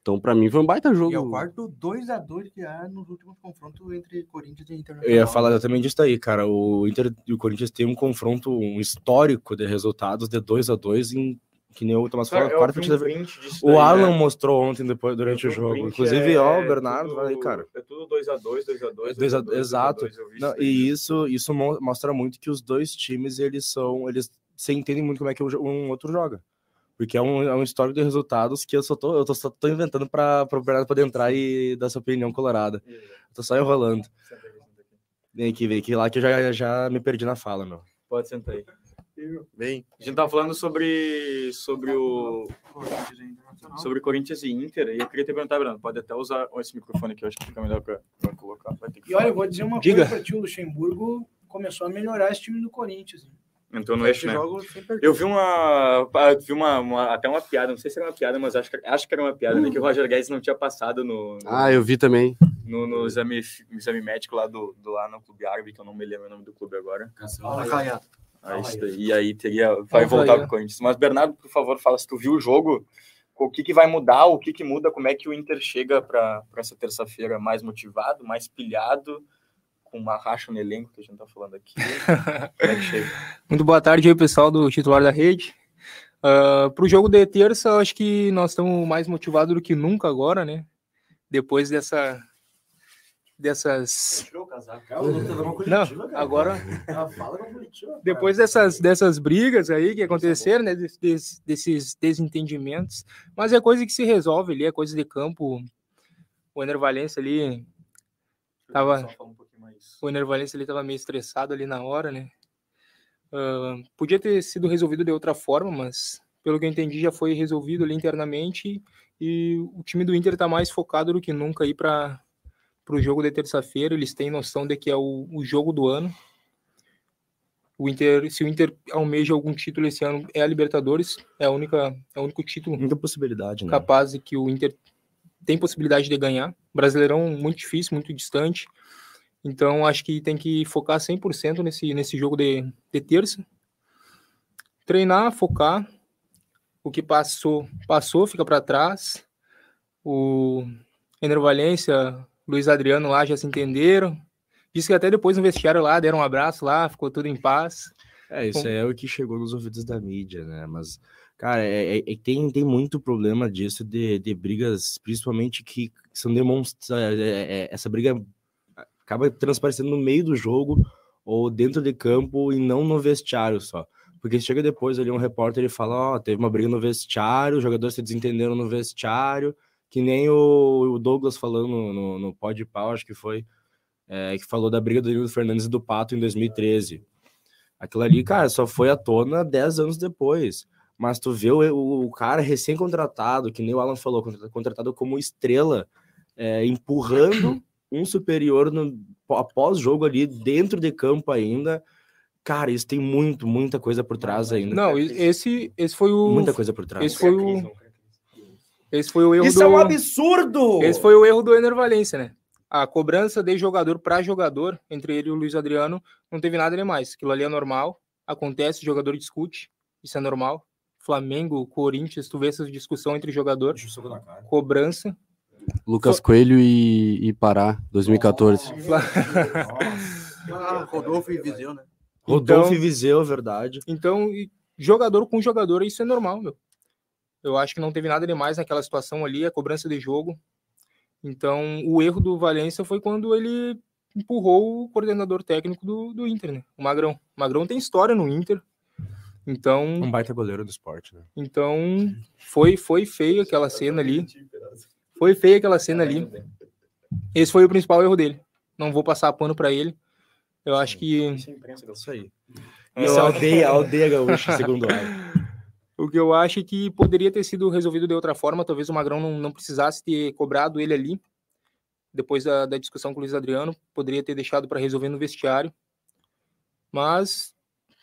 Speaker 3: Então, pra mim, foi um baita jogo.
Speaker 6: Hum. E é o quarto 2x2 que há nos últimos confrontos entre Corinthians e Internacional.
Speaker 7: Eu ia falar exatamente disso aí, cara. O Inter e o Corinthians têm um confronto, um histórico de resultados de 2 a 2 em que nem o
Speaker 4: é
Speaker 7: Thomas
Speaker 2: é
Speaker 7: falou, a quarta partida.
Speaker 2: print disso
Speaker 7: O
Speaker 2: daí,
Speaker 7: Alan
Speaker 2: né?
Speaker 7: mostrou ontem depois, durante
Speaker 2: Eu
Speaker 7: o
Speaker 2: vi um
Speaker 7: jogo.
Speaker 2: print,
Speaker 7: Inclusive,
Speaker 2: é-
Speaker 7: ó, o
Speaker 2: é
Speaker 7: Bernardo,
Speaker 2: tudo-
Speaker 7: vai, cara. É
Speaker 2: É tudo 2x2, 2x2.
Speaker 7: Dois a- exato. Não, e isso, isso mo- mostra muito que os dois times, eles são, eles se entendem muito como é que um, jo- um outro joga. Porque é um, é um histórico de resultados que eu só tô, eu tô, só tô inventando para o Bernardo poder entrar e dar sua opinião colorada. Eu tô só enrolando. Vem aqui, vem aqui, lá que eu já, já me perdi na fala, meu.
Speaker 2: Pode sentar aí.
Speaker 5: Bem.
Speaker 2: A gente tava falando sobre, sobre o sobre Corinthians e Inter. E eu queria te perguntar, Bruno, pode até usar esse microfone aqui, eu acho que fica melhor pra, pra colocar. Vai ter que
Speaker 4: E olha, eu vou dizer uma
Speaker 7: Diga.
Speaker 4: coisa para ti, o Luxemburgo começou a melhorar esse time do Corinthians. né?
Speaker 2: Entrou no eixo, né? Eu vi uma. ah, Vi uma, uma- até uma piada, não sei se era uma piada, mas acho que, acho que era uma piada, né? Que o Roger Guedes não tinha passado no, no,
Speaker 3: Ah, eu vi também.
Speaker 2: no- no exame, no exame médico lá do, do lá no Clube Árabe, que eu não me lembro o nome do clube agora. Aí, isso daí- e aí teria, vai
Speaker 4: Olha
Speaker 2: voltar
Speaker 4: aí, ó.
Speaker 2: pro Corinthians. Mas, Bernardo, por favor, fala se tu viu o jogo, o que, que vai mudar, o que, que muda, como é que o Inter chega para essa terça-feira mais motivado, mais pilhado, com uma racha no elenco que a gente tá falando aqui. como é que chega?
Speaker 8: Muito boa tarde aí, pessoal do titular da rede. para o jogo de terça, eu acho que nós estamos mais motivados do que nunca agora, né? Depois dessa. dessas.
Speaker 2: É
Speaker 8: Não, agora. Depois dessas, dessas brigas aí que aconteceram, né? des- des- desses desentendimentos. Mas é coisa que se resolve ali, é coisa de campo. O Enervalência ali Tava-
Speaker 2: Só fala um pouquinho mais.
Speaker 8: o Enervalência ele tava meio estressado ali na hora, né? Ah, podia ter sido resolvido de outra forma, mas pelo que eu entendi já foi resolvido ali internamente e o time do Inter tá mais focado do que nunca aí para o jogo de terça-feira. Eles têm noção de que é o, o jogo do ano. O Inter, se o Inter almeja algum título esse ano é a Libertadores, é a única, é o único título
Speaker 7: Muita possibilidade, né?
Speaker 8: capaz de que o Inter tem possibilidade de ganhar. Brasileirão muito difícil, muito distante. Então acho que tem que focar 100% nesse, nesse jogo de, de terça. Treinar, focar. O que passou, passou, fica para trás. O Enervalência, Luiz Adriano lá já se entenderam. Diz que até depois no vestiário lá deram um abraço lá, ficou tudo em paz.
Speaker 7: É, isso
Speaker 8: Com-
Speaker 7: é o que chegou nos ouvidos da mídia, né? Mas, cara, é, é- é- tem, tem muito problema disso de, de brigas, principalmente que são demonstradas. é, essa briga acaba transparecendo no meio do jogo ou dentro de campo e não no vestiário só. Porque chega depois ali um repórter e fala: Ó, teve uma briga no vestiário, os jogadores se desentenderam no vestiário, que nem o, o Douglas falando no, no, no Pod Pau, acho que foi, é, que falou da briga do Danilo Fernandes e do Pato em 2013. Aquilo
Speaker 8: Uhum.
Speaker 7: ali, cara, só foi à tona 10 anos depois. Mas tu vê o, o- o cara recém-contratado, que nem o Alan falou, contra- contratado como estrela, é, empurrando um superior no, após jogo ali, dentro de campo ainda. Cara, isso tem muito, muita coisa por trás ainda.
Speaker 8: Não, e- esse, esse foi o.
Speaker 7: muita coisa por trás.
Speaker 8: Esse foi
Speaker 2: é
Speaker 8: o. Esse foi o erro
Speaker 7: Isso
Speaker 8: do...
Speaker 7: é um absurdo!
Speaker 8: Esse foi o erro do Ener Valência, né? A cobrança de jogador para jogador, entre ele e o Luiz Adriano, não teve nada demais. Aquilo ali é normal, acontece, o jogador discute, isso é normal. Flamengo, Corinthians, tu vê essa discussão entre jogador, cobrança.
Speaker 3: Lucas Coelho e, e Pará, 2014.
Speaker 1: Ah, Rodolfo e Viseu, né?
Speaker 7: Rodolfo
Speaker 8: Então-
Speaker 7: e Viseu, é verdade.
Speaker 8: Então, e jogador com jogador, isso é normal, meu. Eu acho que não teve nada demais naquela situação ali, a cobrança de jogo. Então, o erro do Valência foi quando ele empurrou o coordenador técnico do, do Inter, né? O Magrão. O Magrão tem história no Inter. Então,
Speaker 7: Um baita goleiro do esporte, né?
Speaker 8: então foi foi feio aquela cena ali. Foi feia aquela cena ali.
Speaker 2: é
Speaker 8: Esse foi o principal erro dele. Não vou passar pano para ele. Eu acho que
Speaker 7: Isso aí.
Speaker 2: Eu
Speaker 7: Isso é aldeia, aldeia gaúcha, segundo ela.
Speaker 8: O que eu acho é que poderia ter sido resolvido de outra forma, talvez o Magrão não, não precisasse ter cobrado ele ali, depois da, da discussão com o Luiz Adriano, poderia ter deixado para resolver no vestiário, mas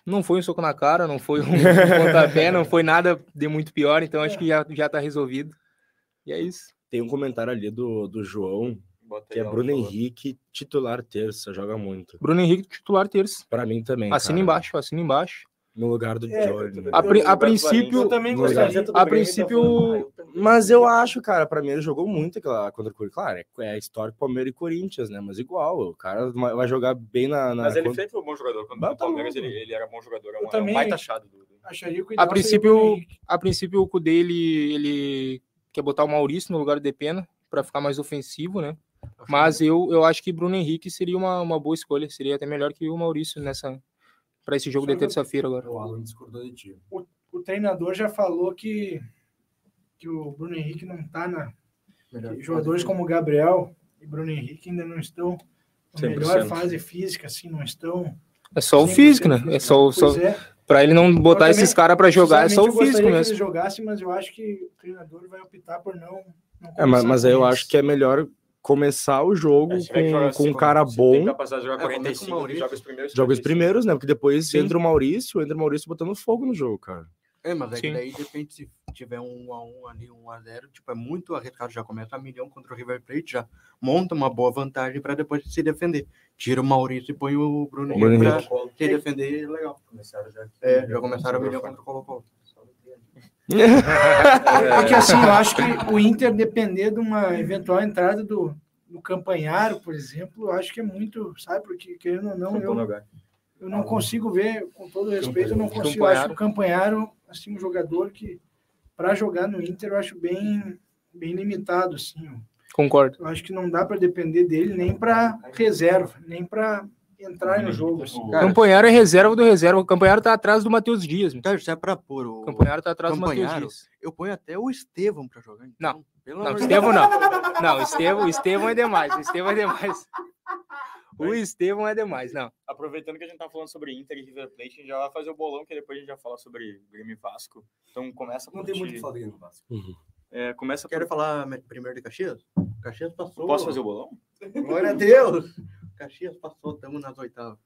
Speaker 8: não foi um soco na cara, não foi um pontapé, não foi nada de muito pior, então acho que já, já tá resolvido. E é isso.
Speaker 7: Tem um comentário ali do, do João,
Speaker 2: Bota
Speaker 7: que é
Speaker 2: aí, ó,
Speaker 7: Bruno
Speaker 2: por favor.
Speaker 7: Henrique, titular terça, joga muito.
Speaker 8: Bruno Henrique, titular terça.
Speaker 7: Pra mim também.
Speaker 8: Assina
Speaker 7: cara.
Speaker 8: embaixo, assina embaixo.
Speaker 7: No lugar do
Speaker 4: É,
Speaker 7: Jordan.
Speaker 8: A, pri- a
Speaker 2: Roberto
Speaker 8: princípio, é.
Speaker 4: Eu também
Speaker 7: Legal.
Speaker 4: gostaria.
Speaker 8: a
Speaker 2: então.
Speaker 8: princípio,
Speaker 7: Mas eu acho, cara, pra mim ele jogou muito aquela contra o Corinthians. Claro, é, é histórico Palmeiras e Corinthians, né? Mas igual, o cara vai vai jogar bem na. na
Speaker 2: Mas ele
Speaker 7: contra-
Speaker 2: sempre foi um bom jogador. Quando
Speaker 7: Mas
Speaker 2: o
Speaker 7: tá
Speaker 2: Palmeiras,
Speaker 7: louco.
Speaker 2: ele, ele era bom jogador. É
Speaker 4: Eu
Speaker 2: um, é um
Speaker 4: também-
Speaker 2: baita achado. do- do-
Speaker 4: Acharia que o
Speaker 8: A
Speaker 4: ideal seria o
Speaker 8: princípio-
Speaker 4: Bruno Henrique.
Speaker 8: a princípio o Cudê, ele, ele quer botar o Maurício no lugar do Depena para ficar mais ofensivo, né? Mas eu, eu acho que Bruno Henrique seria uma, uma boa escolha, seria até melhor que o Maurício nessa para esse jogo
Speaker 4: Só
Speaker 8: de
Speaker 4: que eu-
Speaker 8: terça-feira agora.
Speaker 4: o treinador já falou que, que o Bruno Henrique não tá na. que jogadores como o Gabriel e Bruno Henrique ainda não estão na melhor
Speaker 2: 100%.
Speaker 4: fase física, assim, não estão.
Speaker 8: É só
Speaker 4: 100%
Speaker 8: o físico, né? É só, o-
Speaker 4: pois
Speaker 8: só
Speaker 4: é,
Speaker 8: para ele não botar
Speaker 4: também,
Speaker 8: esses caras para jogar, é só
Speaker 4: sinceramente,
Speaker 8: o
Speaker 4: eu gostaria
Speaker 8: físico
Speaker 4: que
Speaker 8: mesmo.
Speaker 4: Ele jogasse, mas eu acho que o treinador vai optar por não. não
Speaker 7: É, mas,
Speaker 4: começar
Speaker 7: mas
Speaker 4: com
Speaker 7: aí eu
Speaker 4: eles.
Speaker 7: acho que é melhor começar o jogo
Speaker 2: Acho que vai
Speaker 7: com,
Speaker 2: jogar
Speaker 7: com um
Speaker 2: assim,
Speaker 7: cara
Speaker 2: se
Speaker 7: bom.
Speaker 2: Tem capacidade de jogar
Speaker 5: É, começa com o
Speaker 2: 45,
Speaker 5: Maurício.
Speaker 2: joga os primeiros.
Speaker 7: Joga os
Speaker 2: 45.
Speaker 7: primeiros, né? Porque depois
Speaker 8: Sim.
Speaker 7: entra o Maurício, entra o Maurício botando fogo no jogo, cara.
Speaker 6: É, mas é que
Speaker 8: Sim.
Speaker 6: daí depende se tiver um a um ali, um a zero, tipo, é muito arriscado, já começa a milhão contra o River Plate, já monta uma boa vantagem para depois se defender. Tira o Maurício e põe o Bruno
Speaker 7: O Bruno
Speaker 6: Henrique pra
Speaker 7: Henrique.
Speaker 6: se
Speaker 5: é
Speaker 2: é
Speaker 6: defender, legal.
Speaker 1: Começaram já.
Speaker 2: Então,
Speaker 6: É, já começaram a milhão contra o Colo-Colo.
Speaker 4: É que assim, eu acho que o Inter depender de uma eventual entrada do, do Campanharo, por exemplo, eu acho que é muito, sabe? Porque querendo ou não, eu, eu não consigo ver, com todo respeito, eu não consigo. Eu acho que o Campanharo, assim, um jogador que, para jogar no Inter, eu acho bem, bem limitado, assim. ó.
Speaker 8: Concordo.
Speaker 4: Eu acho que não dá para depender dele nem para reserva, nem para entrar no jogo. assim.
Speaker 8: O Campanharo é reserva do reserva. O Campanharo tá atrás do Matheus Dias. meu.
Speaker 6: Tá, isso é pra pôr o...
Speaker 8: O Campanharo tá atrás do
Speaker 6: Campanharo?
Speaker 8: Matheus Dias.
Speaker 6: Eu ponho até o Estevão pra jogar. então. Pelo
Speaker 8: Não,
Speaker 6: amor de
Speaker 8: Estevão não. Não, Estevão, Estevão é demais. O Estevão é demais. O Estevão é demais, não.
Speaker 2: Aproveitando que a gente tá falando sobre Inter e River Plate, a gente já vai fazer o bolão, que depois a gente já fala sobre Grêmio e Vasco. Então começa por
Speaker 9: Não tem
Speaker 2: ti.
Speaker 9: muito o que falar do Grêmio Vasco.
Speaker 7: Uhum.
Speaker 2: É, começa por...
Speaker 6: Quero falar me- primeiro de Caxias? Caxias passou.
Speaker 2: Posso fazer o bolão?
Speaker 6: Glória a Deus! Caxias passou, estamos nas oitavas.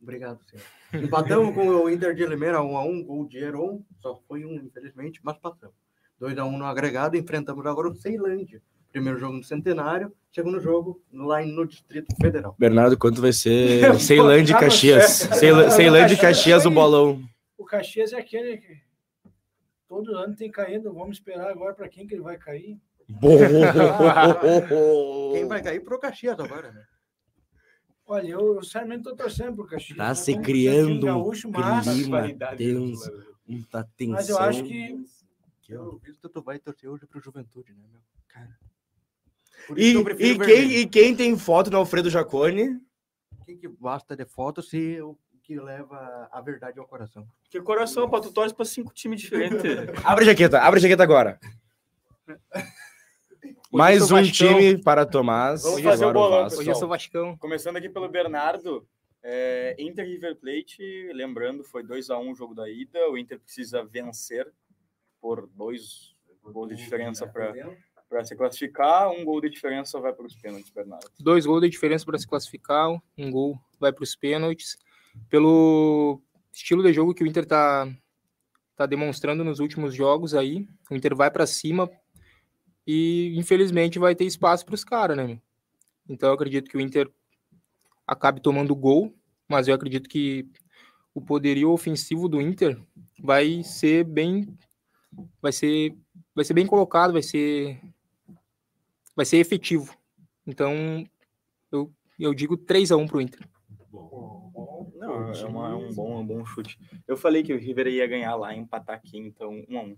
Speaker 6: Obrigado, senhor. Empatamos com o Inter de Limeira 1x1, gol de Heron, só foi um, infelizmente, mas passamos. 2x1 no agregado, enfrentamos agora o Ceilândia. Primeiro jogo no Centenário, segundo jogo lá no Distrito Federal.
Speaker 7: Bernardo, quanto vai ser Ceilândia e
Speaker 4: Ah, você-
Speaker 7: Caxias? Ceila- Ceilândia e Caxias, o bolão.
Speaker 4: O Caxias é aquele que todo ano tem caído. Vamos esperar agora para quem que ele vai cair.
Speaker 6: Quem vai cair pro Caxias É agora, né?
Speaker 4: Olha, eu, eu sinceramente tô torcendo pro Caxias. né?
Speaker 7: Tá
Speaker 4: Nós
Speaker 7: se
Speaker 4: temos
Speaker 7: criando
Speaker 4: time
Speaker 7: um
Speaker 4: assim, gaúcho, mas,
Speaker 7: clima tenso,
Speaker 2: titular.
Speaker 7: muita tensão.
Speaker 4: mas eu acho que
Speaker 6: Pelo visto, tu vai torcer hoje pro Juventude, né, meu? Cara. Por
Speaker 7: E,
Speaker 6: isso eu prefiro
Speaker 7: e
Speaker 6: vermelho.
Speaker 7: quem, e quem tem foto no Alfredo Jacone?
Speaker 6: Quem que basta de foto se o que leva a verdade ao coração?
Speaker 2: Que coração, pá, tu torce pra cinco times diferentes.
Speaker 7: Abre a jaqueta, abre a jaqueta agora. Mais
Speaker 8: Hoje
Speaker 7: um
Speaker 8: eu sou Vascão.
Speaker 7: time para Tomás.
Speaker 2: Vamos
Speaker 7: e
Speaker 2: fazer o
Speaker 7: agora
Speaker 2: bolão,
Speaker 7: Vasco.
Speaker 8: Hoje eu sou Vascão.
Speaker 2: Começando aqui pelo Bernardo. É, Inter e River Plate, lembrando, foi 2x1 o jogo da ida. O Inter precisa vencer por dois gols de diferença para para se classificar, um gol de diferença vai para os pênaltis, Bernardo.
Speaker 8: Dois gols de diferença para se classificar. Um gol vai para os pênaltis. Pelo estilo de jogo que o Inter tá, tá demonstrando nos últimos jogos aí, o Inter vai para cima e infelizmente vai ter espaço para os caras, né? meu? Então eu acredito que o Inter acabe tomando gol, mas eu acredito que o poderio ofensivo do Inter vai ser bem vai ser vai ser bem colocado, vai ser vai ser efetivo. Então eu, eu digo 3 a 1 pro Inter.
Speaker 2: Não, é, uma- é um bom, é um bom chute. Eu falei que o River ia ganhar lá, empatar aqui, então 1 a 1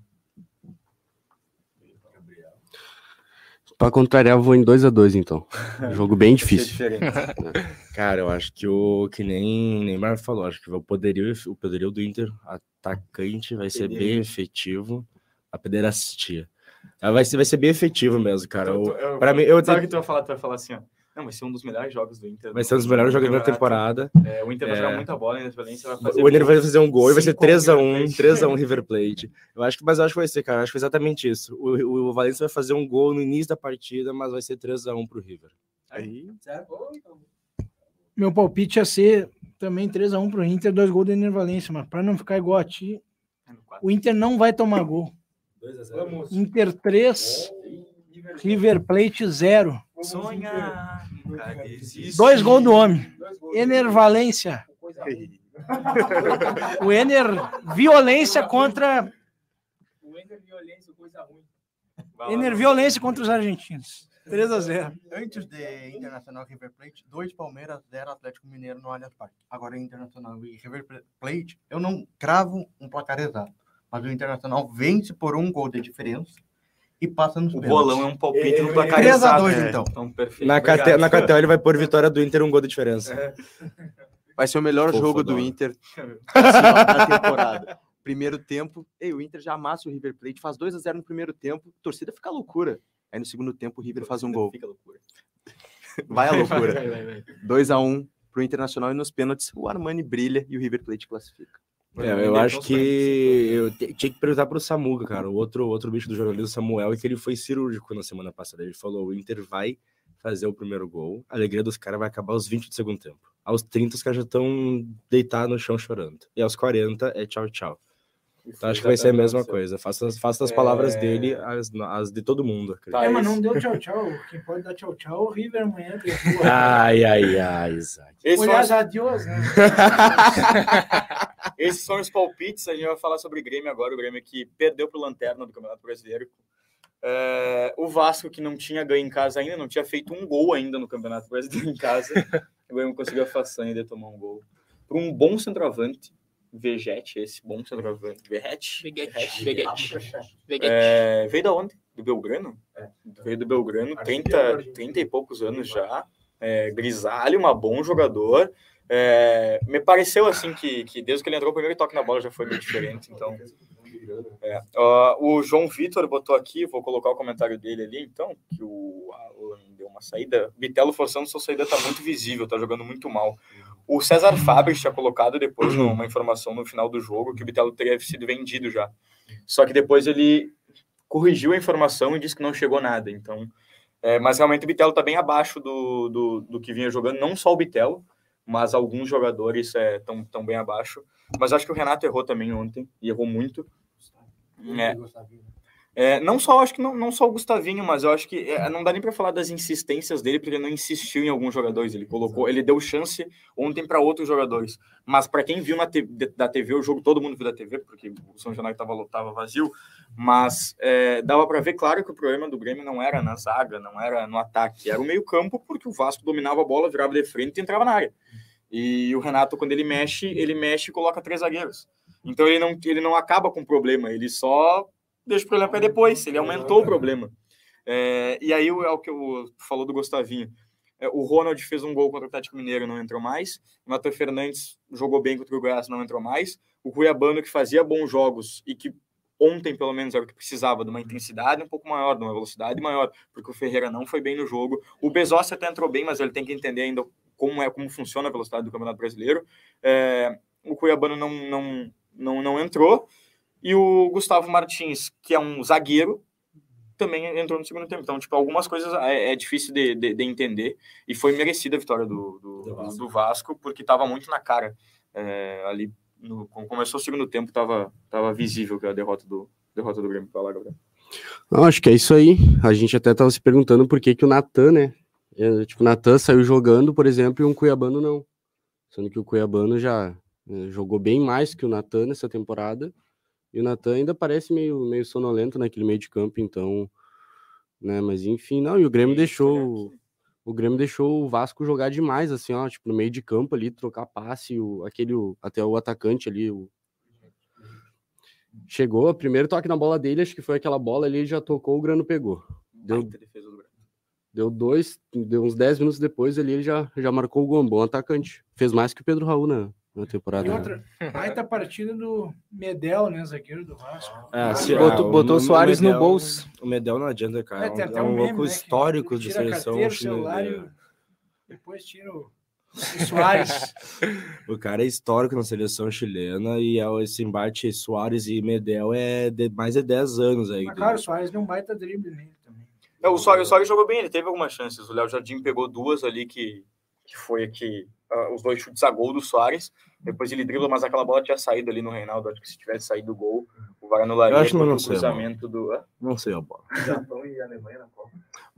Speaker 3: Pra contrariar, eu vou em 2 a 2 então. Jogo bem difícil.
Speaker 7: Cara, eu acho que o que nem Neymar falou, acho que o poderio, o poderio do Inter atacante vai ser bem efetivo. A pederastia. Ah, Vai ser, vai ser bem efetivo mesmo, cara. Eu- pra mim, eu
Speaker 2: Sabe o que tu vai falar? Tu vai falar assim, ó. Não, vai ser um dos melhores jogos do Inter.
Speaker 7: vai ser um dos melhores jogadores da temporada.
Speaker 2: É, o Inter vai
Speaker 7: É.
Speaker 2: jogar muita bola, né? Vai fazer
Speaker 7: O Inter vai fazer um gol e vai ser
Speaker 2: Cinco a um
Speaker 7: 3x1,
Speaker 2: River Plate.
Speaker 7: 3x1 River Plate. Eu acho que, mas eu acho que vai ser, cara. eu Acho que foi exatamente isso. O, o, Valencia vai fazer um gol no início da partida, mas vai ser 3x1 pro River. Aí.
Speaker 4: meu palpite ia ser também 3x1 pro Inter, dois gols do Ener Valência, mas para não ficar igual a ti, o Inter não vai tomar gol. Inter 3, River Plate 0.
Speaker 2: Sonha!
Speaker 4: Dois gols do homem. Ener Valência. O Ener violência contra Ener violência contra os argentinos. 3 a 0.
Speaker 6: Antes de Internacional e River Plate, dois Palmeiras, zero Atlético Mineiro no Allianz Parque. Agora Internacional e River Plate, eu não cravo um placar exato, mas o Internacional vence por um gol de diferença e passa nos
Speaker 2: O
Speaker 6: pênaltis.
Speaker 2: bolão é um palpite no placar
Speaker 6: 3 a
Speaker 2: exato.
Speaker 6: 2,
Speaker 2: né?
Speaker 6: então.
Speaker 2: Então, perfeito.
Speaker 7: Na,
Speaker 2: Obrigado. É,
Speaker 7: cate, na Cateó ele vai pôr vitória do Inter um gol de diferença.
Speaker 5: Vai ser o melhor
Speaker 7: Fofa
Speaker 5: jogo do
Speaker 7: da hora.
Speaker 5: Inter assim, ó, da temporada. Primeiro tempo, ei, o Inter já amassa o River Plate, faz 2 a 0 no primeiro tempo, torcida fica loucura. Aí no segundo tempo o River faz um gol.
Speaker 2: Fica loucura.
Speaker 5: Vai a loucura.
Speaker 2: Vai, vai, vai.
Speaker 5: 2 a 1 pro Internacional e nos pênaltis o Armani brilha e o River Plate classifica.
Speaker 7: É, eu acho que
Speaker 2: né?
Speaker 7: eu te- tinha que perguntar pro Samuca, cara, o outro, outro bicho do jornalismo, Samuel, é que ele foi cirúrgico na semana passada. Ele falou: o Inter vai fazer o primeiro gol. A alegria dos caras vai acabar aos 20 do segundo tempo. Aos 30, os caras já estão deitados no chão chorando. E aos 40 é tchau, tchau. Então acho que vai ser a mesma coisa. Faça, faça as palavras
Speaker 2: É.
Speaker 7: dele as, as de todo mundo. acredito.
Speaker 2: Tá,
Speaker 4: É, mas
Speaker 2: esse-
Speaker 4: não deu tchau, tchau. Quem pode dar tchau, tchau é o River amanhã. um.
Speaker 7: Ai, ai, ai, Isaac.
Speaker 2: Esses são,
Speaker 4: Olhar
Speaker 2: os,
Speaker 4: a Deus, né?
Speaker 2: esses são os palpites. A gente vai falar sobre o Grêmio agora. O Grêmio que perdeu pro Lanterna do Campeonato Brasileiro. É, o Vasco, que não tinha ganho em casa ainda, não tinha feito um gol ainda no Campeonato Brasileiro em casa. o Grêmio conseguiu a façanha de tomar um gol. Por um bom centroavante, Vegete, esse bom centroavante, Verrete.
Speaker 8: Veguete, Veguete, Veguete.
Speaker 2: É, veio da onde? Do Belgrano?
Speaker 6: É.
Speaker 2: Veio do é Belgrano,
Speaker 6: Artilheiro
Speaker 2: 30,
Speaker 6: argentino.
Speaker 2: 30 e poucos anos já. É, grisalho, uma bom jogador. É, me pareceu assim que, que desde que ele entrou, o primeiro toque na bola já foi meio diferente. Então, é. Ó, o João Vitor botou aqui, vou colocar o comentário dele ali então, que o Alan deu uma saída. Bitelo forçando sua saída tá muito visível, tá jogando muito mal. O César Fabris tinha colocado depois uma informação no final do jogo que o Bitelo teria sido vendido já. Só que depois ele corrigiu a informação e disse que não chegou nada. Então, é, mas realmente o Bitelo está bem abaixo do, do, do que vinha jogando, não só o Bitelo, mas alguns jogadores estão tão, tão bem abaixo. Mas acho que o Renato errou também ontem, e errou muito. É, é, não só acho que não, não só o Gustavinho, mas eu acho que é, não dá nem para falar das insistências dele, porque ele não insistiu em alguns jogadores. Ele colocou, ele deu chance ontem para outros jogadores. Mas para quem viu na te- de- da TV o jogo, todo mundo viu da TV, porque o São Januário estava tava vazio. Mas é, dava para ver, claro, que o problema do Grêmio não era na zaga, não era no ataque, era o meio-campo, porque o Vasco dominava a bola, virava de frente e entrava na área. E o Renato, quando ele mexe, ele mexe e coloca três zagueiros. Então ele não, ele não acaba com o problema, ele só deixa o problema para depois, ele aumentou o problema. É, e aí o- é o que eu falou do Gustavinho. É, o Ronald fez um gol contra o Atlético Mineiro, não entrou mais. O Nathan Fernandes jogou bem contra o Goiás, não entrou mais. O Cuiabano, que fazia bons jogos e que ontem, pelo menos, era o que precisava de uma intensidade um pouco maior, de uma velocidade maior, porque o Ferreira não foi bem no jogo. O Bezossi até entrou bem, mas ele tem que entender ainda como é como funciona a velocidade do Campeonato Brasileiro. É, o Cuiabano não, não, não, não entrou. E o Gustavo Martins, que é um zagueiro, também entrou no segundo tempo. Então, tipo, algumas coisas é, é difícil de, de, de entender. E foi merecida a vitória do, do, do Vasco. porque estava muito na cara. É, ali, no, quando começou o segundo tempo, estava tava visível que a derrota do, derrota do Grêmio. Fala, Gabriel.
Speaker 3: Não, acho que é isso aí. A gente até tava se perguntando por que, que o Natan, né? é, tipo, o Natan saiu jogando, por exemplo, e um Cuiabano não. Sendo que o Cuiabano já né, jogou bem mais que o Natan nessa temporada. E o Natan ainda parece meio, meio sonolento naquele meio de campo, então. Né, mas enfim, não, e o Grêmio deixou. O Grêmio deixou o Vasco jogar demais, assim, ó, tipo, no meio de campo ali, trocar passe, o, aquele, o- até o atacante ali, o Chegou, primeiro toque na bola dele, acho que foi aquela bola ali, ele já tocou, o Grano pegou. Deu-
Speaker 2: Baita defesa do Grêmio.
Speaker 3: Deu dois, deu uns 10 minutos depois ali, ele já, já marcou o gol, um bom atacante. Fez mais que o Pedro Raul na, na temporada.
Speaker 4: E
Speaker 3: né?
Speaker 4: outra, baita partida do Medel, né? Zagueiro do Vasco.
Speaker 7: Ah, se-
Speaker 8: Botou-
Speaker 7: ah,
Speaker 8: botou o Soares no
Speaker 7: Medel-
Speaker 8: bolso.
Speaker 7: O Medel não adianta, cara.
Speaker 4: É,
Speaker 7: É, um-
Speaker 4: tem até
Speaker 7: é um,
Speaker 4: um meme,
Speaker 7: louco
Speaker 4: né, que
Speaker 7: histórico de
Speaker 4: tira a
Speaker 7: seleção
Speaker 4: carteira, o celular e
Speaker 7: chinesa.
Speaker 4: Depois tira o, o Soares.
Speaker 7: O cara é histórico na seleção chilena e é esse embate Soares e Medel é de mais de 10 anos aí.
Speaker 4: Mas, claro, o Soares deu um baita drible nele também.
Speaker 2: É, o Soares o Soares jogou bem, ele teve algumas chances. O Léo Jardim pegou duas ali que, que foi aqui, ah, os dois chutes a gol do Soares. Depois ele dribla, mas aquela bola tinha saído ali no Reinaldo. Acho que se tivesse saído o gol, o VAR anularia
Speaker 7: Eu acho que não
Speaker 2: porque o
Speaker 7: sei,
Speaker 2: cruzamento do. Hã?
Speaker 7: Não sei a bola.
Speaker 2: um
Speaker 6: Japão e Alemanha na Copa.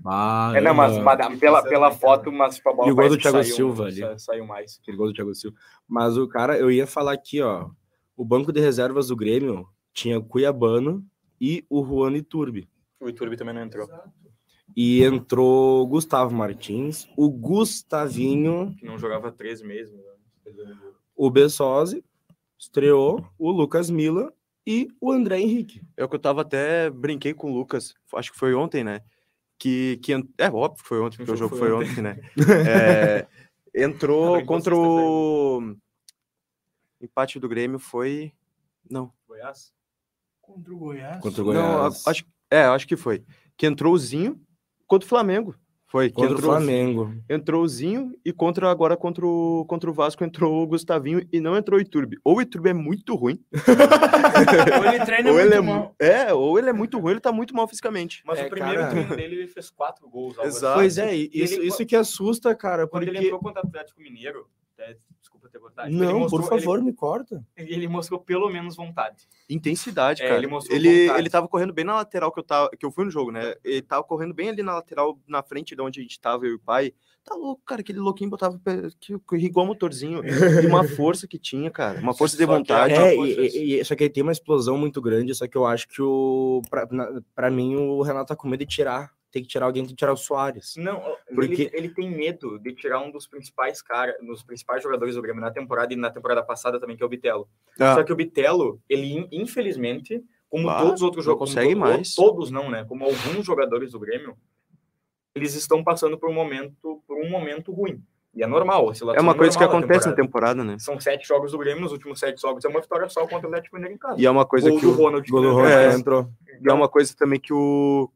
Speaker 7: Ah,
Speaker 2: É, não, mas, mas pela, pela foto, mas tipo, a bola
Speaker 7: E o gol
Speaker 2: parece
Speaker 7: do
Speaker 2: que
Speaker 7: Thiago
Speaker 2: saiu,
Speaker 7: Silva
Speaker 2: sa-
Speaker 7: ali.
Speaker 2: Saiu mais.
Speaker 7: aquele gol do Thiago Silva. Mas o cara, eu ia falar aqui, ó. O banco de reservas do Grêmio tinha o Cuiabano e o Juan Iturbe.
Speaker 2: O Iturbi também não entrou.
Speaker 7: E entrou o Gustavo Martins, o Gustavinho,
Speaker 2: Que não jogava três meses. né?
Speaker 7: o Bessose, estreou o Lucas Mila e o André Henrique.
Speaker 5: É o que eu tava até brinquei com o Lucas, acho que foi ontem, né? Que, que en- é óbvio que foi ontem, porque o jogo foi ontem, né? É, entrou
Speaker 2: Brincou
Speaker 5: contra o empate do Grêmio foi não,
Speaker 2: Goiás?
Speaker 4: Contra o Goiás.
Speaker 7: Contra o
Speaker 5: não,
Speaker 7: Goiás.
Speaker 5: a- acho é, acho que foi. Que entrou o Zinho contra o Flamengo. Foi.
Speaker 7: Contra o
Speaker 5: entrou,
Speaker 7: Flamengo.
Speaker 5: entrou o Zinho e contra, agora contra o, contra o Vasco entrou o Gustavinho e não entrou o Iturbe. Ou o Iturbe é muito ruim,
Speaker 4: Ou ele treina
Speaker 5: ou
Speaker 4: muito
Speaker 5: ele é,
Speaker 4: mal.
Speaker 5: mu- é, ou ele é muito ruim, ele tá muito mal fisicamente.
Speaker 2: Mas
Speaker 7: É,
Speaker 2: o primeiro
Speaker 7: cara.
Speaker 2: treino dele ele fez quatro gols. algo
Speaker 5: Exato.
Speaker 2: assim.
Speaker 7: Pois é, e isso,
Speaker 2: ele-
Speaker 7: isso que assusta, cara,
Speaker 2: Quando
Speaker 7: porque...
Speaker 2: ele entrou contra o Atlético Mineiro, até, desculpa ter botado. ele
Speaker 7: Não,
Speaker 2: mostrou-
Speaker 7: por favor, me corta.
Speaker 2: Ele, ele mostrou pelo menos vontade.
Speaker 5: Intensidade,
Speaker 2: É,
Speaker 5: cara.
Speaker 2: ele mostrou
Speaker 5: ele,
Speaker 2: vontade.
Speaker 5: ele tava correndo bem na lateral que eu tava, que eu fui no jogo, né? Ele tava correndo bem ali na lateral, na frente de onde a gente tava, eu e o pai. Tá louco, cara, aquele louquinho botava o pé- que, que igual motorzinho. E uma força que tinha, cara. Uma força de
Speaker 2: Só que
Speaker 5: vontade.
Speaker 2: é-
Speaker 7: É, e, e- e- só que ele tem uma explosão muito grande, só que eu acho que o pra, na- pra mim o Renato tá com medo de tirar. Tem que tirar alguém, tem que tirar o Soares.
Speaker 2: Não,
Speaker 7: Porque-
Speaker 2: ele, ele tem medo de tirar um dos principais cara, dos principais jogadores do Grêmio na temporada e na temporada passada também, que é o Bitelo.
Speaker 5: Ah.
Speaker 2: Só que o Bitelo, ele in- infelizmente, como
Speaker 5: Bah,
Speaker 2: todos os outros
Speaker 5: não
Speaker 2: jogadores,
Speaker 5: consegue mais.
Speaker 2: todos não, né? Como alguns jogadores do Grêmio, eles estão passando por um momento, por um momento ruim. E é normal.
Speaker 5: É uma coisa que acontece na temporada, né?
Speaker 2: São sete jogos do Grêmio, nos últimos sete jogos é uma vitória só contra o Atlético Mineiro em casa.
Speaker 5: E é uma coisa
Speaker 2: Gol
Speaker 5: que
Speaker 2: do
Speaker 5: o,
Speaker 2: Ronald.
Speaker 7: Gol do
Speaker 2: né?
Speaker 7: Rogério
Speaker 5: É.
Speaker 7: entrou.
Speaker 5: e é uma coisa também que o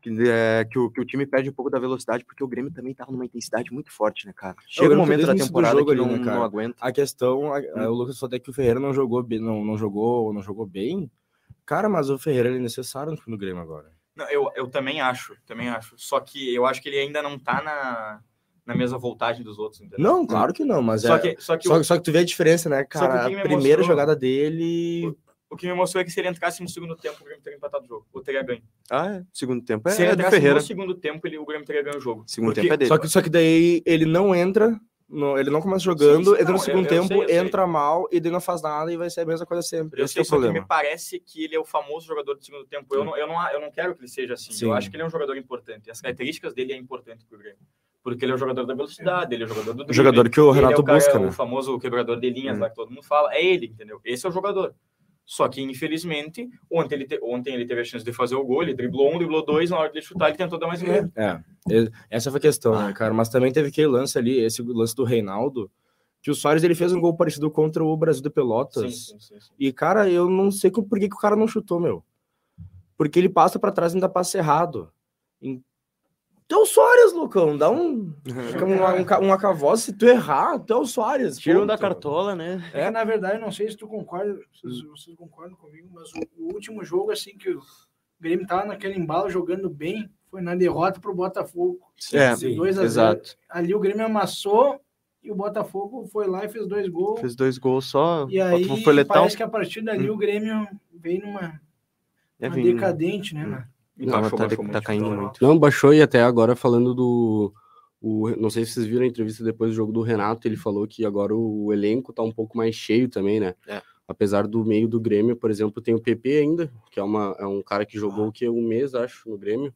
Speaker 5: que, é, que o que o time perde um pouco da velocidade, porque o Grêmio também tava numa intensidade muito forte, né, cara? Chega um
Speaker 7: Grêmio
Speaker 5: momento
Speaker 7: desde o
Speaker 5: da
Speaker 7: início do
Speaker 5: temporada
Speaker 7: jogo
Speaker 5: que
Speaker 7: ali,
Speaker 5: não,
Speaker 7: né, cara?
Speaker 5: não aguenta.
Speaker 7: A questão, a- a- o Lucas falou até que o Ferreira não jogou bem, não, não jogou, não jogou bem. Cara, mas o Ferreira ele é necessário no time do Grêmio agora.
Speaker 2: Não, eu, eu também acho, também acho. Só que eu acho que ele ainda não tá na, na mesma voltagem dos outros, entendeu?
Speaker 7: Não, claro que não, mas
Speaker 2: Só
Speaker 7: é.
Speaker 2: que, só que,
Speaker 7: Hum. só,
Speaker 2: o,
Speaker 7: só que tu vê a diferença, né,
Speaker 2: Só que o
Speaker 7: cara? A
Speaker 2: que me
Speaker 7: primeira
Speaker 2: mostrou-
Speaker 7: jogada dele.
Speaker 2: o que me mostrou é que se ele entrasse no segundo tempo, o Grêmio teria empatado o jogo. Ou teria ganho.
Speaker 5: Ah, é. Segundo tempo
Speaker 2: se ele
Speaker 5: é, é do
Speaker 2: entrasse
Speaker 5: Ferreira.
Speaker 2: no segundo tempo, ele, o Grêmio teria ganho o jogo.
Speaker 5: Segundo
Speaker 2: Porque-
Speaker 5: tempo é dele.
Speaker 7: Só que, só que daí ele não entra, no- ele não começa
Speaker 2: Sim,
Speaker 7: jogando,
Speaker 2: sim,
Speaker 7: entra no
Speaker 2: não,
Speaker 7: segundo
Speaker 2: eu- eu
Speaker 7: tempo,
Speaker 2: sei, eu sei.
Speaker 7: entra mal e daí não faz nada e vai ser a mesma coisa sempre.
Speaker 2: Eu
Speaker 7: Esse que é
Speaker 2: sei, só
Speaker 7: o
Speaker 2: que me
Speaker 7: problema.
Speaker 2: parece que ele é o famoso jogador do segundo tempo. Eu não, eu não, eu não quero que ele seja assim.
Speaker 7: Sim.
Speaker 2: Eu acho que ele é um jogador importante. As características dele é importante pro Grêmio. Porque ele é o jogador da velocidade, ele é o jogador do
Speaker 7: O
Speaker 2: drible,
Speaker 7: jogador que
Speaker 2: Ele
Speaker 7: o
Speaker 2: é
Speaker 7: Renato
Speaker 2: o, cara,
Speaker 7: busca,
Speaker 2: o
Speaker 7: né?
Speaker 2: famoso quebrador de linhas
Speaker 7: Hum.
Speaker 2: lá que todo mundo fala. É ele, entendeu? Esse é o jogador. Só que, infelizmente, ontem ele, te- ontem ele teve a chance de fazer o gol, ele driblou um, driblou dois, na hora de ele chutar, ele tentou dar mais um. gol.
Speaker 7: É, e- essa foi a questão, né, cara? Mas também teve aquele lance ali, esse lance do Reinaldo, que o Soares ele fez um gol parecido contra o Brasil de
Speaker 2: Sim,
Speaker 7: Pelotas.
Speaker 2: sim, sim, sim.
Speaker 7: E, cara, eu não sei co- por que, que o cara não chutou, meu. Porque ele passa pra trás e ainda passa errado. Então, Soares, Lucão, dá um, uma, um, ca- uma cavosa. Se tu errar, até o Soares.
Speaker 5: Tiram um da
Speaker 7: ponto.
Speaker 5: cartola, né?
Speaker 4: É que, na verdade, eu não sei se tu concorda, vocês, vocês concordam comigo, mas o, o último jogo, assim, que o Grêmio tava naquele embalo jogando bem, foi na derrota pro Botafogo.
Speaker 5: É,
Speaker 4: De 2 a 0.
Speaker 5: exato.
Speaker 4: Ali o Grêmio amassou e o Botafogo foi lá e fez dois gols.
Speaker 5: Fez dois gols só.
Speaker 4: E aí
Speaker 5: Botafogo foi letal.
Speaker 4: parece que a partir dali o Grêmio veio numa
Speaker 5: É,
Speaker 4: uma
Speaker 5: vem, né?
Speaker 4: decadente, né? mano?
Speaker 2: E
Speaker 3: Não,
Speaker 2: baixou,
Speaker 5: tá-
Speaker 2: baixou
Speaker 5: tá caindo muito.
Speaker 3: Não, baixou e até agora falando do. O, não sei se vocês viram a entrevista depois do jogo do Renato, ele falou que agora o elenco tá um pouco mais cheio também, né?
Speaker 5: É.
Speaker 3: Apesar do meio do Grêmio, por exemplo, tem o PP ainda, que é, uma, é um cara que
Speaker 5: Ah.
Speaker 3: jogou o que um mês, acho, no Grêmio.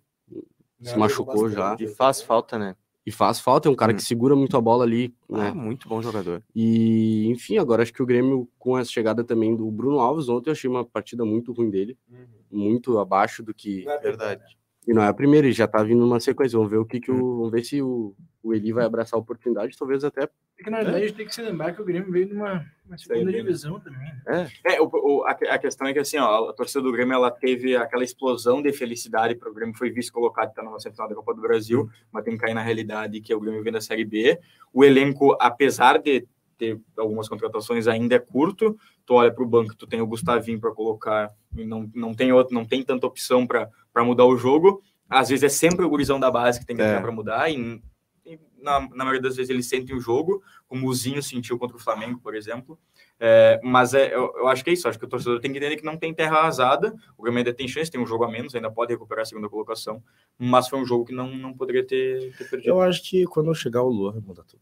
Speaker 3: Se machucou já.
Speaker 5: E faz falta, né?
Speaker 3: E faz falta, é um cara
Speaker 5: Hum.
Speaker 3: que segura muito a bola ali, né?
Speaker 5: Ah, muito bom jogador.
Speaker 3: E, enfim, agora acho que o Grêmio, com a chegada também do Bruno Alves, ontem eu achei uma partida muito ruim dele,
Speaker 5: Uhum.
Speaker 3: muito abaixo do que.
Speaker 5: Verdade.
Speaker 3: E não é a primeira, ele já tá vindo uma sequência. Vamos ver o que, que o. Vamos ver se o, o Eli vai abraçar a oportunidade, talvez até.
Speaker 4: É que na verdade a gente tem que se lembrar que o Grêmio veio numa uma segunda
Speaker 2: aí, né?
Speaker 4: divisão também. né?
Speaker 2: É, o, o- a, que- a questão é que assim, ó, a torcida do Grêmio ela teve aquela explosão de felicidade, porque o Grêmio foi vice-colocado, tá numa semifinal da Copa do Brasil, mas tem que cair na realidade que é o Grêmio vem da Série B. O elenco, apesar de ter algumas contratações, ainda é curto. Tu olha para o banco, tu tem o Gustavinho para colocar, e não, não tem outro, não tem tanta opção para mudar o jogo. Às vezes é sempre o gurizão da base que tem que
Speaker 5: É.
Speaker 2: entrar para mudar, e, e na, na maioria das vezes eles sentem o jogo, como o Zinho sentiu contra o Flamengo, por exemplo. É, mas é, eu, eu acho que é isso. Acho que o torcedor tem que entender que não tem terra arrasada. O Grêmio ainda tem chance, tem um jogo a menos, ainda pode recuperar a segunda colocação. Mas foi um jogo que não, não poderia ter, ter perdido.
Speaker 7: Eu acho que quando chegar o Lua vai mudar tudo.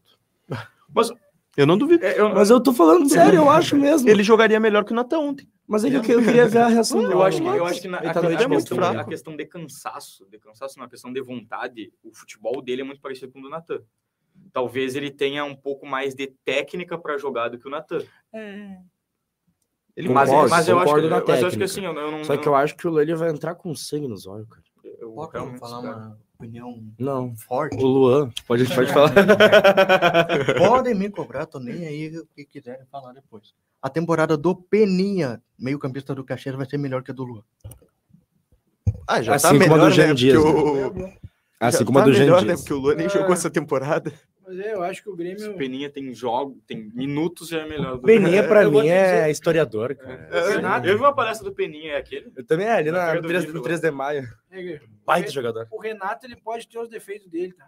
Speaker 5: Eu não duvido.
Speaker 2: É, eu-
Speaker 7: Mas eu tô falando sério, eu acho mesmo.
Speaker 5: Ele jogaria melhor que o Natan ontem.
Speaker 7: Mas é que eu que- eu queria ver a reação
Speaker 2: eu acho que, eu acho que na,
Speaker 7: Ele
Speaker 2: a,
Speaker 7: tá
Speaker 2: que- a
Speaker 7: doido, é muito
Speaker 2: questão,
Speaker 7: fraco.
Speaker 2: a questão de cansaço, de cansaço não, a questão de vontade, o futebol dele é muito parecido com o do Natan. Talvez ele tenha um pouco mais de técnica para jogar do que o Natan.
Speaker 7: Ele
Speaker 2: Mas,
Speaker 7: concordo,
Speaker 2: mas eu acho, que-
Speaker 7: concordo na
Speaker 2: mas eu acho que
Speaker 7: técnica.
Speaker 2: assim, eu, eu não.
Speaker 7: Só que eu acho que o Lua ele vai entrar com sangue nos olhos, cara.
Speaker 2: eu- eu
Speaker 6: Pode eu
Speaker 2: realmente
Speaker 6: falar
Speaker 2: espero.
Speaker 6: uma opinião
Speaker 7: Não.
Speaker 6: forte?
Speaker 7: O Luan, pode, pode falar.
Speaker 6: Podem me cobrar, tô nem aí o que quiserem falar depois. A temporada do Peninha, meio-campista do Caxias, vai ser melhor que a do Lua.
Speaker 5: Ah, já
Speaker 7: Assim como a do Jean
Speaker 5: Porque
Speaker 7: Dias,
Speaker 5: o-
Speaker 7: Assim
Speaker 5: Já
Speaker 7: como a
Speaker 5: tá
Speaker 7: do
Speaker 5: melhor,
Speaker 7: Jean
Speaker 5: né?
Speaker 7: Dias.
Speaker 5: Porque o Luan nem
Speaker 4: Ah.
Speaker 5: jogou essa temporada.
Speaker 4: Mas é, eu acho que o
Speaker 2: Se
Speaker 4: Grêmio.
Speaker 2: o Peninha tem jogo, tem minutos, já é melhor. Do
Speaker 7: Peninha, pra
Speaker 2: Eu vou
Speaker 7: mim,
Speaker 2: te dizer-
Speaker 7: é historiador, cara.
Speaker 2: Eu, eu vi uma palestra do Peninha, é aquele?
Speaker 7: Eu também, ali
Speaker 2: na-
Speaker 7: na
Speaker 2: no
Speaker 7: 3,
Speaker 2: 3
Speaker 7: de maio.
Speaker 4: É,
Speaker 7: Baita jogador.
Speaker 4: o Renato ele pode ter os defeitos dele, tá?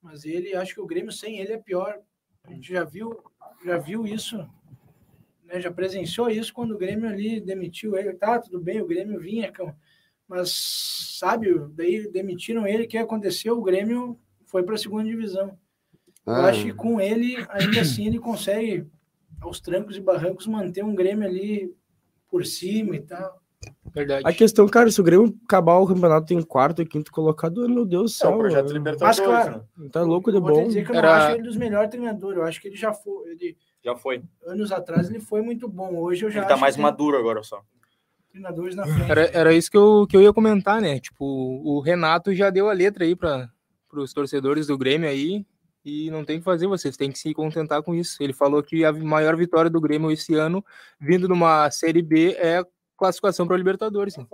Speaker 4: Mas ele, acho que o Grêmio sem ele é pior. A gente já viu, já viu isso, né? Já presenciou isso quando o Grêmio ali demitiu ele. Tá, tudo bem, o Grêmio vinha, cão. mas sabe, daí demitiram ele, o que aconteceu? O Grêmio foi para a segunda divisão. Eu
Speaker 3: Ah,
Speaker 4: acho que com ele, ainda assim, ele consegue, aos trancos e barrancos, manter um Grêmio ali por cima e tal.
Speaker 8: Verdade.
Speaker 7: A questão, cara, se o Grêmio acabar o campeonato em quarto e quinto colocado, meu Deus
Speaker 2: É,
Speaker 7: do céu. mano.
Speaker 2: um Libertadores.
Speaker 4: Então, Mas, claro,
Speaker 2: né?
Speaker 7: Tá louco de
Speaker 4: Eu vou te
Speaker 7: bom.
Speaker 4: dizer que eu não
Speaker 8: Era-
Speaker 4: acho ele dos melhores treinadores. Eu acho que ele já foi. Ele,
Speaker 2: Já foi.
Speaker 4: anos atrás ele foi muito bom. Hoje eu já
Speaker 2: Ele tá
Speaker 4: acho
Speaker 2: mais
Speaker 4: que
Speaker 2: maduro agora só.
Speaker 4: tem treinadores na frente.
Speaker 8: Era, era isso que eu, que eu ia comentar, né? Tipo, o Renato já deu a letra aí para os torcedores do Grêmio aí. E não tem o que fazer, vocês têm que se contentar com isso. Ele falou que a maior vitória do Grêmio esse ano, vindo numa Série B, é a classificação para Libertadores. né?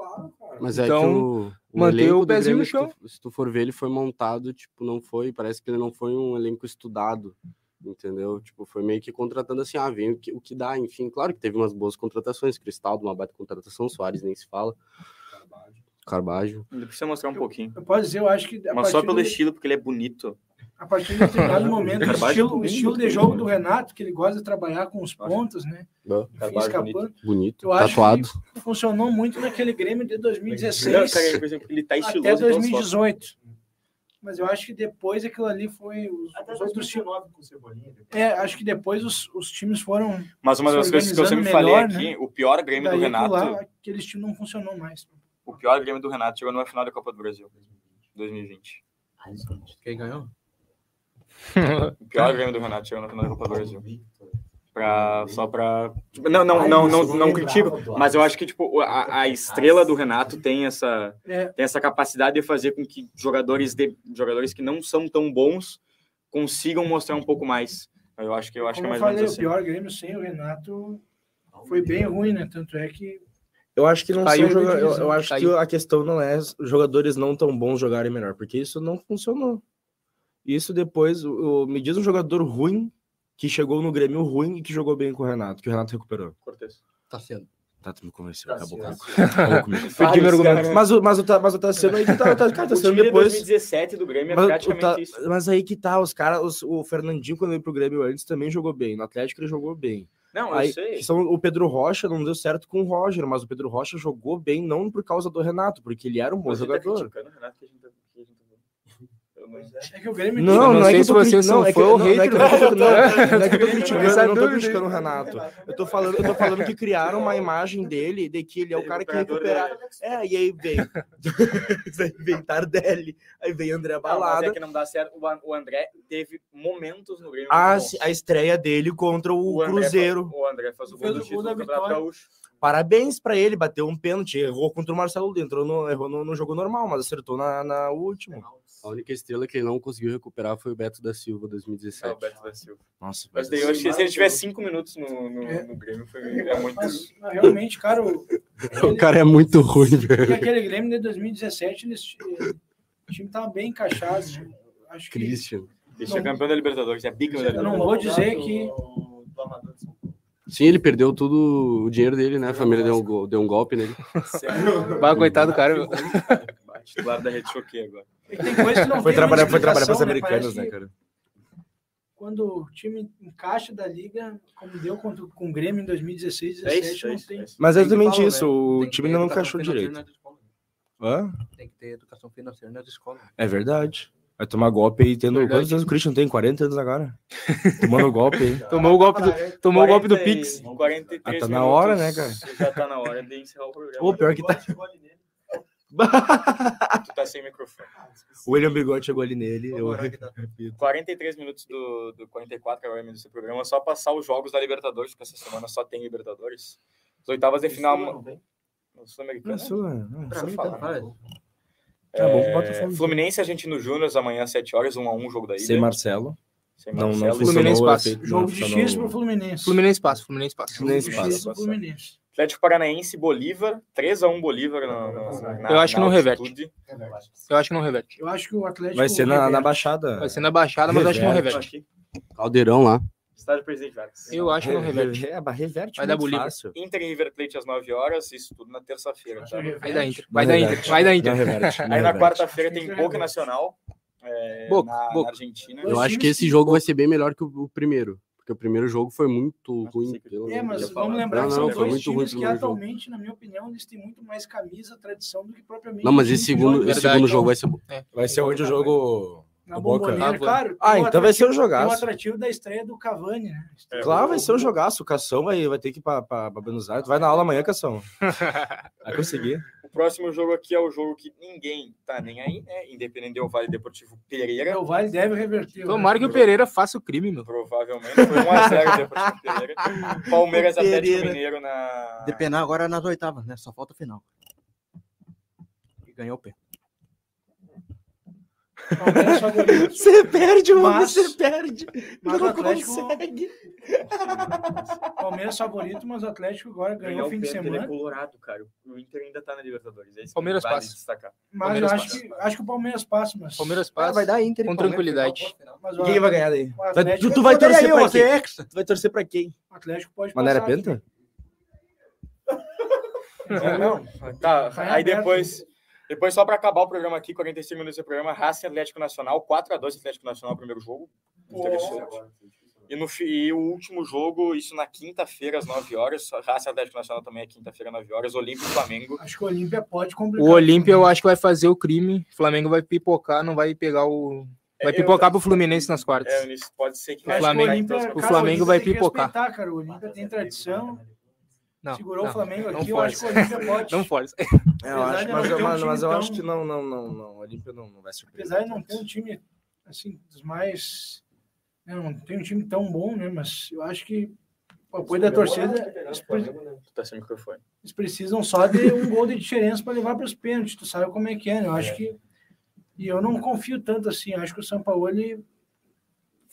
Speaker 3: Mas é que
Speaker 8: Então,
Speaker 3: o, o
Speaker 8: manter
Speaker 3: elenco
Speaker 8: o
Speaker 3: do
Speaker 8: pezinho
Speaker 3: Grêmio,
Speaker 8: no
Speaker 3: se tu, se tu for ver, ele foi montado, tipo, não foi, parece que ele não foi um elenco estudado, entendeu? Tipo, foi meio que contratando assim, ah, vem o que, o que dá, enfim. Claro que teve umas boas contratações, Cristaldo, uma baita contratação, Soares nem se fala. Carbajo.
Speaker 2: Ele precisa mostrar um pouquinho.
Speaker 4: Eu posso dizer, eu acho que a partir,
Speaker 2: Mas só
Speaker 4: de,
Speaker 2: pelo estilo, porque ele é bonito.
Speaker 4: a partir de um determinado momento, o
Speaker 2: Carvalho
Speaker 4: estilo,
Speaker 2: jogou
Speaker 4: o
Speaker 2: bem,
Speaker 4: estilo
Speaker 2: muito
Speaker 4: de
Speaker 2: bem,
Speaker 4: jogo
Speaker 2: né?
Speaker 4: do Renato, que ele gosta de trabalhar com os pontos, né?
Speaker 3: Boa.
Speaker 4: Enfim,
Speaker 2: Carvalho
Speaker 4: escapando.
Speaker 3: Bonito,
Speaker 4: Eu acho
Speaker 3: tatuado.
Speaker 4: que funcionou muito naquele Grêmio de
Speaker 2: Melhor
Speaker 4: 2016
Speaker 2: cara, por exemplo, que ele tá estiloso.
Speaker 4: até
Speaker 2: então só.
Speaker 4: 2018. Mas eu acho que depois aquilo ali foi os, os outros times.
Speaker 1: com Cebolinha.
Speaker 4: É, acho que depois os, os times foram
Speaker 2: Mas uma
Speaker 4: Se
Speaker 2: das coisas que eu sempre
Speaker 4: organizando
Speaker 2: falei
Speaker 4: melhor, né?
Speaker 2: aqui, o pior Grêmio do
Speaker 4: Daí aquilo
Speaker 2: Renato,
Speaker 4: lá, aquele estilo não funcionou mais.
Speaker 2: o pior Grêmio do Renato chegou numa final da Copa do Brasil, 2020.
Speaker 6: Quem ganhou?
Speaker 2: O pior Grêmio do Renato chegou na final da Copa do Brasil. Pra, só pra. tipo, não, não, não, não, não, critico, mas eu acho que tipo, a, a estrela do Renato tem essa,
Speaker 4: É.
Speaker 2: tem essa capacidade de fazer com que jogadores, de, jogadores que não são tão bons consigam mostrar um pouco mais. Eu acho que, eu acho que
Speaker 4: Como
Speaker 2: é
Speaker 4: eu
Speaker 2: mais ou
Speaker 4: falei,
Speaker 2: menos
Speaker 4: o
Speaker 2: assim.
Speaker 4: pior Grêmio sem o Renato foi bem ruim, né? Tanto é que
Speaker 7: Eu acho que não
Speaker 8: Caiu
Speaker 7: são
Speaker 8: da
Speaker 7: joga- eu,
Speaker 8: divisão,
Speaker 7: eu acho
Speaker 8: caiu.
Speaker 7: que a questão não é os jogadores não tão bons jogarem melhor, porque isso não funcionou. Isso depois, o- o- me diz um jogador ruim que chegou no Grêmio ruim e que jogou bem com o Renato, que o Renato
Speaker 2: assim,
Speaker 7: recuperou.
Speaker 6: Tá sendo.
Speaker 7: Tá, tu me convenceu,
Speaker 2: Tá
Speaker 7: acabou
Speaker 2: certo.
Speaker 7: comigo. Acabou comigo.
Speaker 8: Perdi meu argumento.
Speaker 7: Mas o, mas o, Ta- mas o Tassiano aí que tá,
Speaker 2: O
Speaker 7: tá, cara, o
Speaker 2: time é
Speaker 7: Tassiano
Speaker 2: de
Speaker 7: depois.
Speaker 2: 2017 do Grêmio é
Speaker 7: Mas, o
Speaker 2: praticamente
Speaker 7: Ta-
Speaker 2: isso.
Speaker 7: mas aí que tá, os caras, os- o Fernandinho, quando veio pro Grêmio antes, também jogou bem. No Atlético ele jogou bem.
Speaker 2: Não,
Speaker 7: Aí,
Speaker 2: eu sei.
Speaker 4: é
Speaker 7: que são- o Pedro Rocha não deu certo com o Roger, mas o Pedro Rocha jogou bem não por causa do Renato, porque ele era um bom
Speaker 2: Você
Speaker 3: é
Speaker 2: tá
Speaker 7: jogador.
Speaker 2: criticando o Renato que a gente tá- que a gente tá vendo? Eu não-
Speaker 4: é que o Grêmio
Speaker 7: Não,
Speaker 8: Eu
Speaker 7: não,
Speaker 8: não
Speaker 7: é
Speaker 8: sei
Speaker 7: que eu
Speaker 8: se
Speaker 7: tô
Speaker 8: vocês
Speaker 7: criti- não,
Speaker 8: são
Speaker 7: é que-
Speaker 8: fã ou
Speaker 7: não, não é que eu tô
Speaker 8: hater,
Speaker 7: criticando- não, não é que eu tô criticando,
Speaker 8: Essa
Speaker 7: eu não tô
Speaker 8: dúvida aí.
Speaker 7: criticando o Renato.
Speaker 4: É,
Speaker 7: Eu tô falando, eu tô falando que criaram uma imagem dele de que ele é o cara que recupera. É, e aí vem. aí vem Tardelli, aí vem André
Speaker 2: Não, mas é
Speaker 7: Balada.
Speaker 2: que não dá certo. O An- O André teve momentos no Grêmio.
Speaker 7: A,
Speaker 2: muito bons.
Speaker 7: a estreia dele contra o,
Speaker 2: André
Speaker 7: Cruzeiro.
Speaker 2: faz- Ah, o André faz o gol
Speaker 4: Fez
Speaker 2: do
Speaker 4: o
Speaker 2: título
Speaker 4: gol da
Speaker 2: do Campeonato
Speaker 4: vitória.
Speaker 2: Gaúcho.
Speaker 7: Parabéns pra ele, bateu um pênalti, errou contra o Marcelo, entrou no, errou no, no jogo normal, mas acertou na, na última.
Speaker 3: A única estrela que ele não conseguiu recuperar foi o Beto da Silva,
Speaker 2: É, o
Speaker 3: 2017.
Speaker 2: Beto da Silva.
Speaker 7: Nossa,
Speaker 2: Mas daí eu acho que se ele tiver cinco minutos no, no,
Speaker 4: É.
Speaker 2: no Grêmio, foi é muito.
Speaker 4: Mas, mas realmente, cara, o,
Speaker 3: O cara é muito ruim, velho.
Speaker 4: aquele, aquele Grêmio de 2017, eles, o time tava bem encaixado. né? Acho que
Speaker 3: Christian.
Speaker 2: Deixa campeão da Libertadores, é bicampeão da
Speaker 4: eu não
Speaker 2: Libertadores.
Speaker 4: vou dizer que
Speaker 3: Sim, ele perdeu tudo o dinheiro dele, né? A família deu um, go- deu um golpe nele.
Speaker 8: Bah, Ah, coitado, cara.
Speaker 2: Bah, é um Titular da Rede Choquei agora.
Speaker 4: é que tem coisa que não
Speaker 7: Foi
Speaker 4: tem muita
Speaker 7: trabalhar, foi trabalhar
Speaker 4: explicação, né?
Speaker 7: para os americanos,
Speaker 4: Parece
Speaker 7: né,
Speaker 4: que
Speaker 7: cara?
Speaker 4: Quando o time encaixa da liga, como deu contra, com o Grêmio em 2016,
Speaker 2: É
Speaker 4: 2017,
Speaker 2: isso, é
Speaker 4: não
Speaker 2: isso,
Speaker 4: tem.
Speaker 2: é isso.
Speaker 7: Mas é
Speaker 6: Tem que
Speaker 7: exatamente
Speaker 6: falar,
Speaker 7: isso,
Speaker 6: né?
Speaker 7: o
Speaker 6: Tem que
Speaker 7: time
Speaker 6: ter
Speaker 7: não
Speaker 6: educação
Speaker 7: encaixou
Speaker 6: financeira
Speaker 7: direito.
Speaker 6: nas escolas.
Speaker 7: Hã?
Speaker 6: Tem que ter educação financeira nas escolas.
Speaker 7: É verdade. Vai tomar golpe aí, tendo.
Speaker 8: Verdade.
Speaker 7: Quantos anos o Christian tem? 40 anos agora? Tomando golpe aí.
Speaker 8: Tomou o golpe do,
Speaker 6: é
Speaker 8: tomou o golpe do
Speaker 2: 40 e-
Speaker 8: Pix.
Speaker 2: 43
Speaker 7: Ah, tá na hora,
Speaker 2: minutos.
Speaker 7: né,
Speaker 2: Já tá na hora de encerrar o programa.
Speaker 7: Ô, pior que tá.
Speaker 2: Tu tá sem microfone.
Speaker 7: O William Bigode chegou ali nele. Eu...
Speaker 6: tá
Speaker 2: 43 minutos do, do 44 agora mesmo desse programa, só passar os jogos da Libertadores, porque essa semana só tem Libertadores. As oitavas de final. No Sul-Americano.
Speaker 7: Ah, sua- ah,
Speaker 2: Pra
Speaker 7: sua-
Speaker 2: falar. né?
Speaker 7: Tá bom,
Speaker 2: É,
Speaker 7: Botafogo.
Speaker 2: Fluminense Argentino Júnior amanhã às 7 horas, 1 a 1 jogo da ida.
Speaker 7: Sem Marcelo.
Speaker 2: Sem
Speaker 7: Não, não
Speaker 2: Marcelo.
Speaker 7: funcionou.
Speaker 8: Fluminense
Speaker 7: o
Speaker 8: passa.
Speaker 7: efeito, não
Speaker 4: Jogo
Speaker 7: funcionou
Speaker 4: difícil para o
Speaker 7: o-
Speaker 4: Fluminense.
Speaker 8: Fluminense passa, Fluminense passa.
Speaker 7: Fluminense
Speaker 4: Jogo difícil
Speaker 2: passa.
Speaker 4: pro Fluminense.
Speaker 2: Atlético Paranaense, Bolívar, 3x1 Bolívar. na- na- na-
Speaker 8: Eu acho que
Speaker 2: na
Speaker 8: não reverte.
Speaker 2: altitude.
Speaker 8: Eu acho que não reverte.
Speaker 4: Eu acho que o Atlético.
Speaker 7: Vai ser na, na
Speaker 4: tipo, reverte.
Speaker 7: Baixada.
Speaker 8: Vai ser na baixada, mas eu acho que não
Speaker 7: Reverte.
Speaker 8: reverte.
Speaker 3: Caldeirão lá.
Speaker 2: Estádio Presidente Vargas.
Speaker 8: Eu acho que não reverte.
Speaker 7: Rever- é, mas reverte
Speaker 8: Vai dar
Speaker 7: muito
Speaker 8: Bolívar.
Speaker 7: fácil.
Speaker 2: Inter e River Plate às 9 horas, isso tudo na terça-feira. Tá?
Speaker 8: Vai da Inter.
Speaker 7: Não
Speaker 8: Vai da
Speaker 7: reverte.
Speaker 8: Inter. Vai da
Speaker 7: Não
Speaker 8: Inter.
Speaker 7: reverte. não
Speaker 2: Aí na
Speaker 7: reverte.
Speaker 2: quarta-feira
Speaker 4: Acho
Speaker 2: tem
Speaker 4: que
Speaker 2: Boca
Speaker 4: reverte.
Speaker 2: Nacional, é,
Speaker 8: Boca,
Speaker 2: na, na
Speaker 8: Boca.
Speaker 2: Argentina.
Speaker 3: Eu acho que esse jogo vai ser bem melhor que o o primeiro. Porque o primeiro jogo foi muito
Speaker 2: Mas
Speaker 3: ruim.
Speaker 2: sei que-
Speaker 3: pelo
Speaker 4: É,
Speaker 3: menos.
Speaker 4: mas
Speaker 2: falar.
Speaker 4: vamos lembrar
Speaker 3: Não,
Speaker 4: que são
Speaker 3: não, foi
Speaker 4: dois
Speaker 3: muito ruim
Speaker 4: times
Speaker 3: o
Speaker 4: que
Speaker 3: primeiro jogo.
Speaker 4: atualmente, na minha opinião, eles têm muito mais camisa, tradição do que propriamente.
Speaker 3: Não, mas
Speaker 4: time
Speaker 3: esse
Speaker 4: que joga.
Speaker 3: segundo, esse
Speaker 8: verdade,
Speaker 3: segundo
Speaker 8: então.
Speaker 3: jogo vai ser bom.
Speaker 7: Vai ser onde o jogo.
Speaker 4: Na
Speaker 7: do Boca.
Speaker 4: Bombonera,
Speaker 8: Cavani.
Speaker 4: claro.
Speaker 7: Ah,
Speaker 4: tem o
Speaker 7: então vai ser
Speaker 4: atrativo-
Speaker 7: um
Speaker 4: tem
Speaker 7: jogaço.
Speaker 4: O atrativo da estreia do Cavani, né?
Speaker 8: É,
Speaker 7: Claro, vai ser um jogaço. O Cação vai, vai ter que ir pra, pra, pra Buenos Aires. Tu vai na aula amanhã, Cação. Vai conseguir.
Speaker 2: O próximo jogo aqui é o jogo que ninguém tá nem aí, né? Independente do Vale Deportivo Pereira.
Speaker 4: O Vale deve reverter.
Speaker 8: Tomara que o Pereira faça o crime, meu.
Speaker 2: Provavelmente foi 1x0 o Deportivo Pereira. Palmeiras
Speaker 6: O
Speaker 2: Atlético
Speaker 6: Pereira.
Speaker 2: Mineiro na.
Speaker 6: Depenar agora nas oitavas, né? Só falta a final. E ganhar o pé.
Speaker 4: o Palmeiras só goleou.
Speaker 7: Você perde,
Speaker 4: mano, você
Speaker 7: perde.
Speaker 4: Mas o Atlético. Palmeiras favorito, mas o Atlético agora ganhou o fim de
Speaker 8: né?
Speaker 4: semana.
Speaker 2: é colorado, cara. O Inter ainda tá na Libertadores. É isso que
Speaker 8: Palmeiras
Speaker 2: vale
Speaker 8: passa.
Speaker 2: destacar.
Speaker 4: Mas eu
Speaker 8: Palmeiras
Speaker 4: acho que, acho que o Palmeiras passa, mas.
Speaker 8: Palmeiras
Speaker 6: Cara,
Speaker 8: passa.
Speaker 6: vai dar Inter e
Speaker 8: Com
Speaker 6: Palmeiras.
Speaker 8: tranquilidade.
Speaker 4: Mas o
Speaker 7: Quem vai ganhar daí?
Speaker 4: O
Speaker 7: Vai-
Speaker 4: Atlético-
Speaker 7: tu, tu vai
Speaker 4: Olha
Speaker 7: torcer
Speaker 4: aí, é
Speaker 7: pra
Speaker 4: ó,
Speaker 7: quem? Tu vai torcer pra quem?
Speaker 4: O Atlético pode
Speaker 7: Mas não era
Speaker 4: passar.
Speaker 7: penta?
Speaker 4: Não,
Speaker 2: Tá,
Speaker 4: Vai
Speaker 2: aí
Speaker 4: aberto.
Speaker 2: depois. Depois, só pra acabar o programa aqui, 45 minutos do programa, Racing Atlético Nacional, 4x2 Atlético Nacional, primeiro jogo. Interessante. E, no, fi- e o último jogo, isso na quinta-feira, às 9 horas. Racing Atlético Nacional também é quinta-feira, 9 horas. Olímpico e Flamengo.
Speaker 4: acho que o Olímpia pode complicar.
Speaker 8: O Olímpia eu acho que vai fazer o crime. O Flamengo vai pipocar, não vai pegar o. Vai
Speaker 2: É, eu-
Speaker 8: pipocar pro Fluminense nas quartas.
Speaker 2: É, Vinícius, pode ser que
Speaker 4: Eu acho que
Speaker 8: Flamengo-
Speaker 2: vai-
Speaker 4: Olímpia- cara,
Speaker 8: Flamengo vai
Speaker 4: Olímpia tem que
Speaker 8: pipocar.
Speaker 4: respeitar, cara. O Olímpia tem tradição.
Speaker 8: Não,
Speaker 4: Segurou
Speaker 8: não,
Speaker 4: o Flamengo
Speaker 8: não
Speaker 4: aqui, eu acho que o Olímpia pode.
Speaker 8: Não força.
Speaker 7: É, eu acho,
Speaker 4: Apesar de
Speaker 7: mas,
Speaker 4: não ter
Speaker 7: eu-
Speaker 4: um
Speaker 7: mas-
Speaker 4: time
Speaker 7: mas eu
Speaker 4: tão-
Speaker 7: acho que não, não, não, não. O Olímpia não, não vai surpreender.
Speaker 4: Apesar de não ter um time assim, dos mais. né, Não tem um time tão bom, né? Mas eu acho que o apoio da
Speaker 2: é-
Speaker 4: torcida, eles, pre-
Speaker 2: Tu tá sem microfone.
Speaker 4: eles precisam só de um gol de diferença para levar para os pênaltis. Tu sabe como é que é, né? Eu acho que. E eu não confio tanto assim. Eu acho que o São Paulo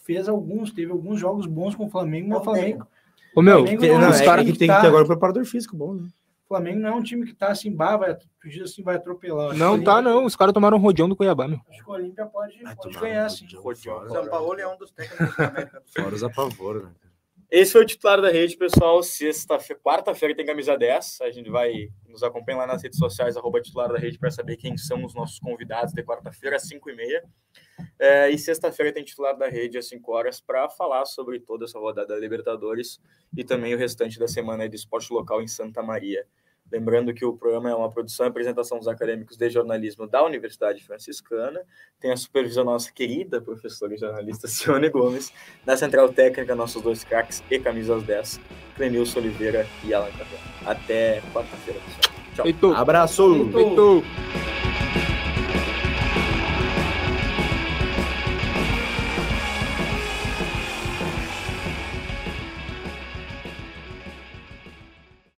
Speaker 4: fez alguns, teve alguns jogos bons com o Flamengo, mas o Flamengo,
Speaker 8: Ô meu,
Speaker 4: Flamengo
Speaker 7: Tem- não,
Speaker 4: é
Speaker 7: é claro que
Speaker 4: time que
Speaker 7: tem
Speaker 4: tá-
Speaker 7: que ter agora um preparador físico bom, né?
Speaker 4: o Flamengo não é um time que tá assim, bah, vai, tu diz assim, vai atropelar. Eu acho que
Speaker 8: não
Speaker 4: o
Speaker 8: tá,
Speaker 4: Olímpia-
Speaker 8: não. Os caras tomaram um rodeão do Cuiabá, meu.
Speaker 4: Acho que o Olímpia pode, pode ganhar, sim.
Speaker 7: Fora,
Speaker 6: São Paulo é um dos técnicos da América.
Speaker 7: fora os apavoros, né?
Speaker 2: Esse foi o titular da rede, pessoal. Sexta-feira, quarta-feira tem camisa 10. A gente vai nos acompanhar lá nas redes sociais, arroba titular da rede, para saber quem são os nossos convidados de quarta-feira, às 5h30. É, e sexta-feira tem titular da rede às 5 horas para falar sobre toda essa rodada da Libertadores e também o restante da semana aí do esporte local em Santa Maria. Lembrando que o programa é uma produção e apresentação dos acadêmicos de jornalismo da Universidade Franciscana, tem a supervisão da nossa querida professora e jornalista Cione Gomes da Central Técnica, nossos dois craques e camisas 10, Clenilson
Speaker 7: Ah,
Speaker 2: Oliveira e Alan Capel. Até quarta-feira, pessoal. Tchau.
Speaker 4: um
Speaker 8: Heitor.
Speaker 7: Abraço!
Speaker 8: Heitor.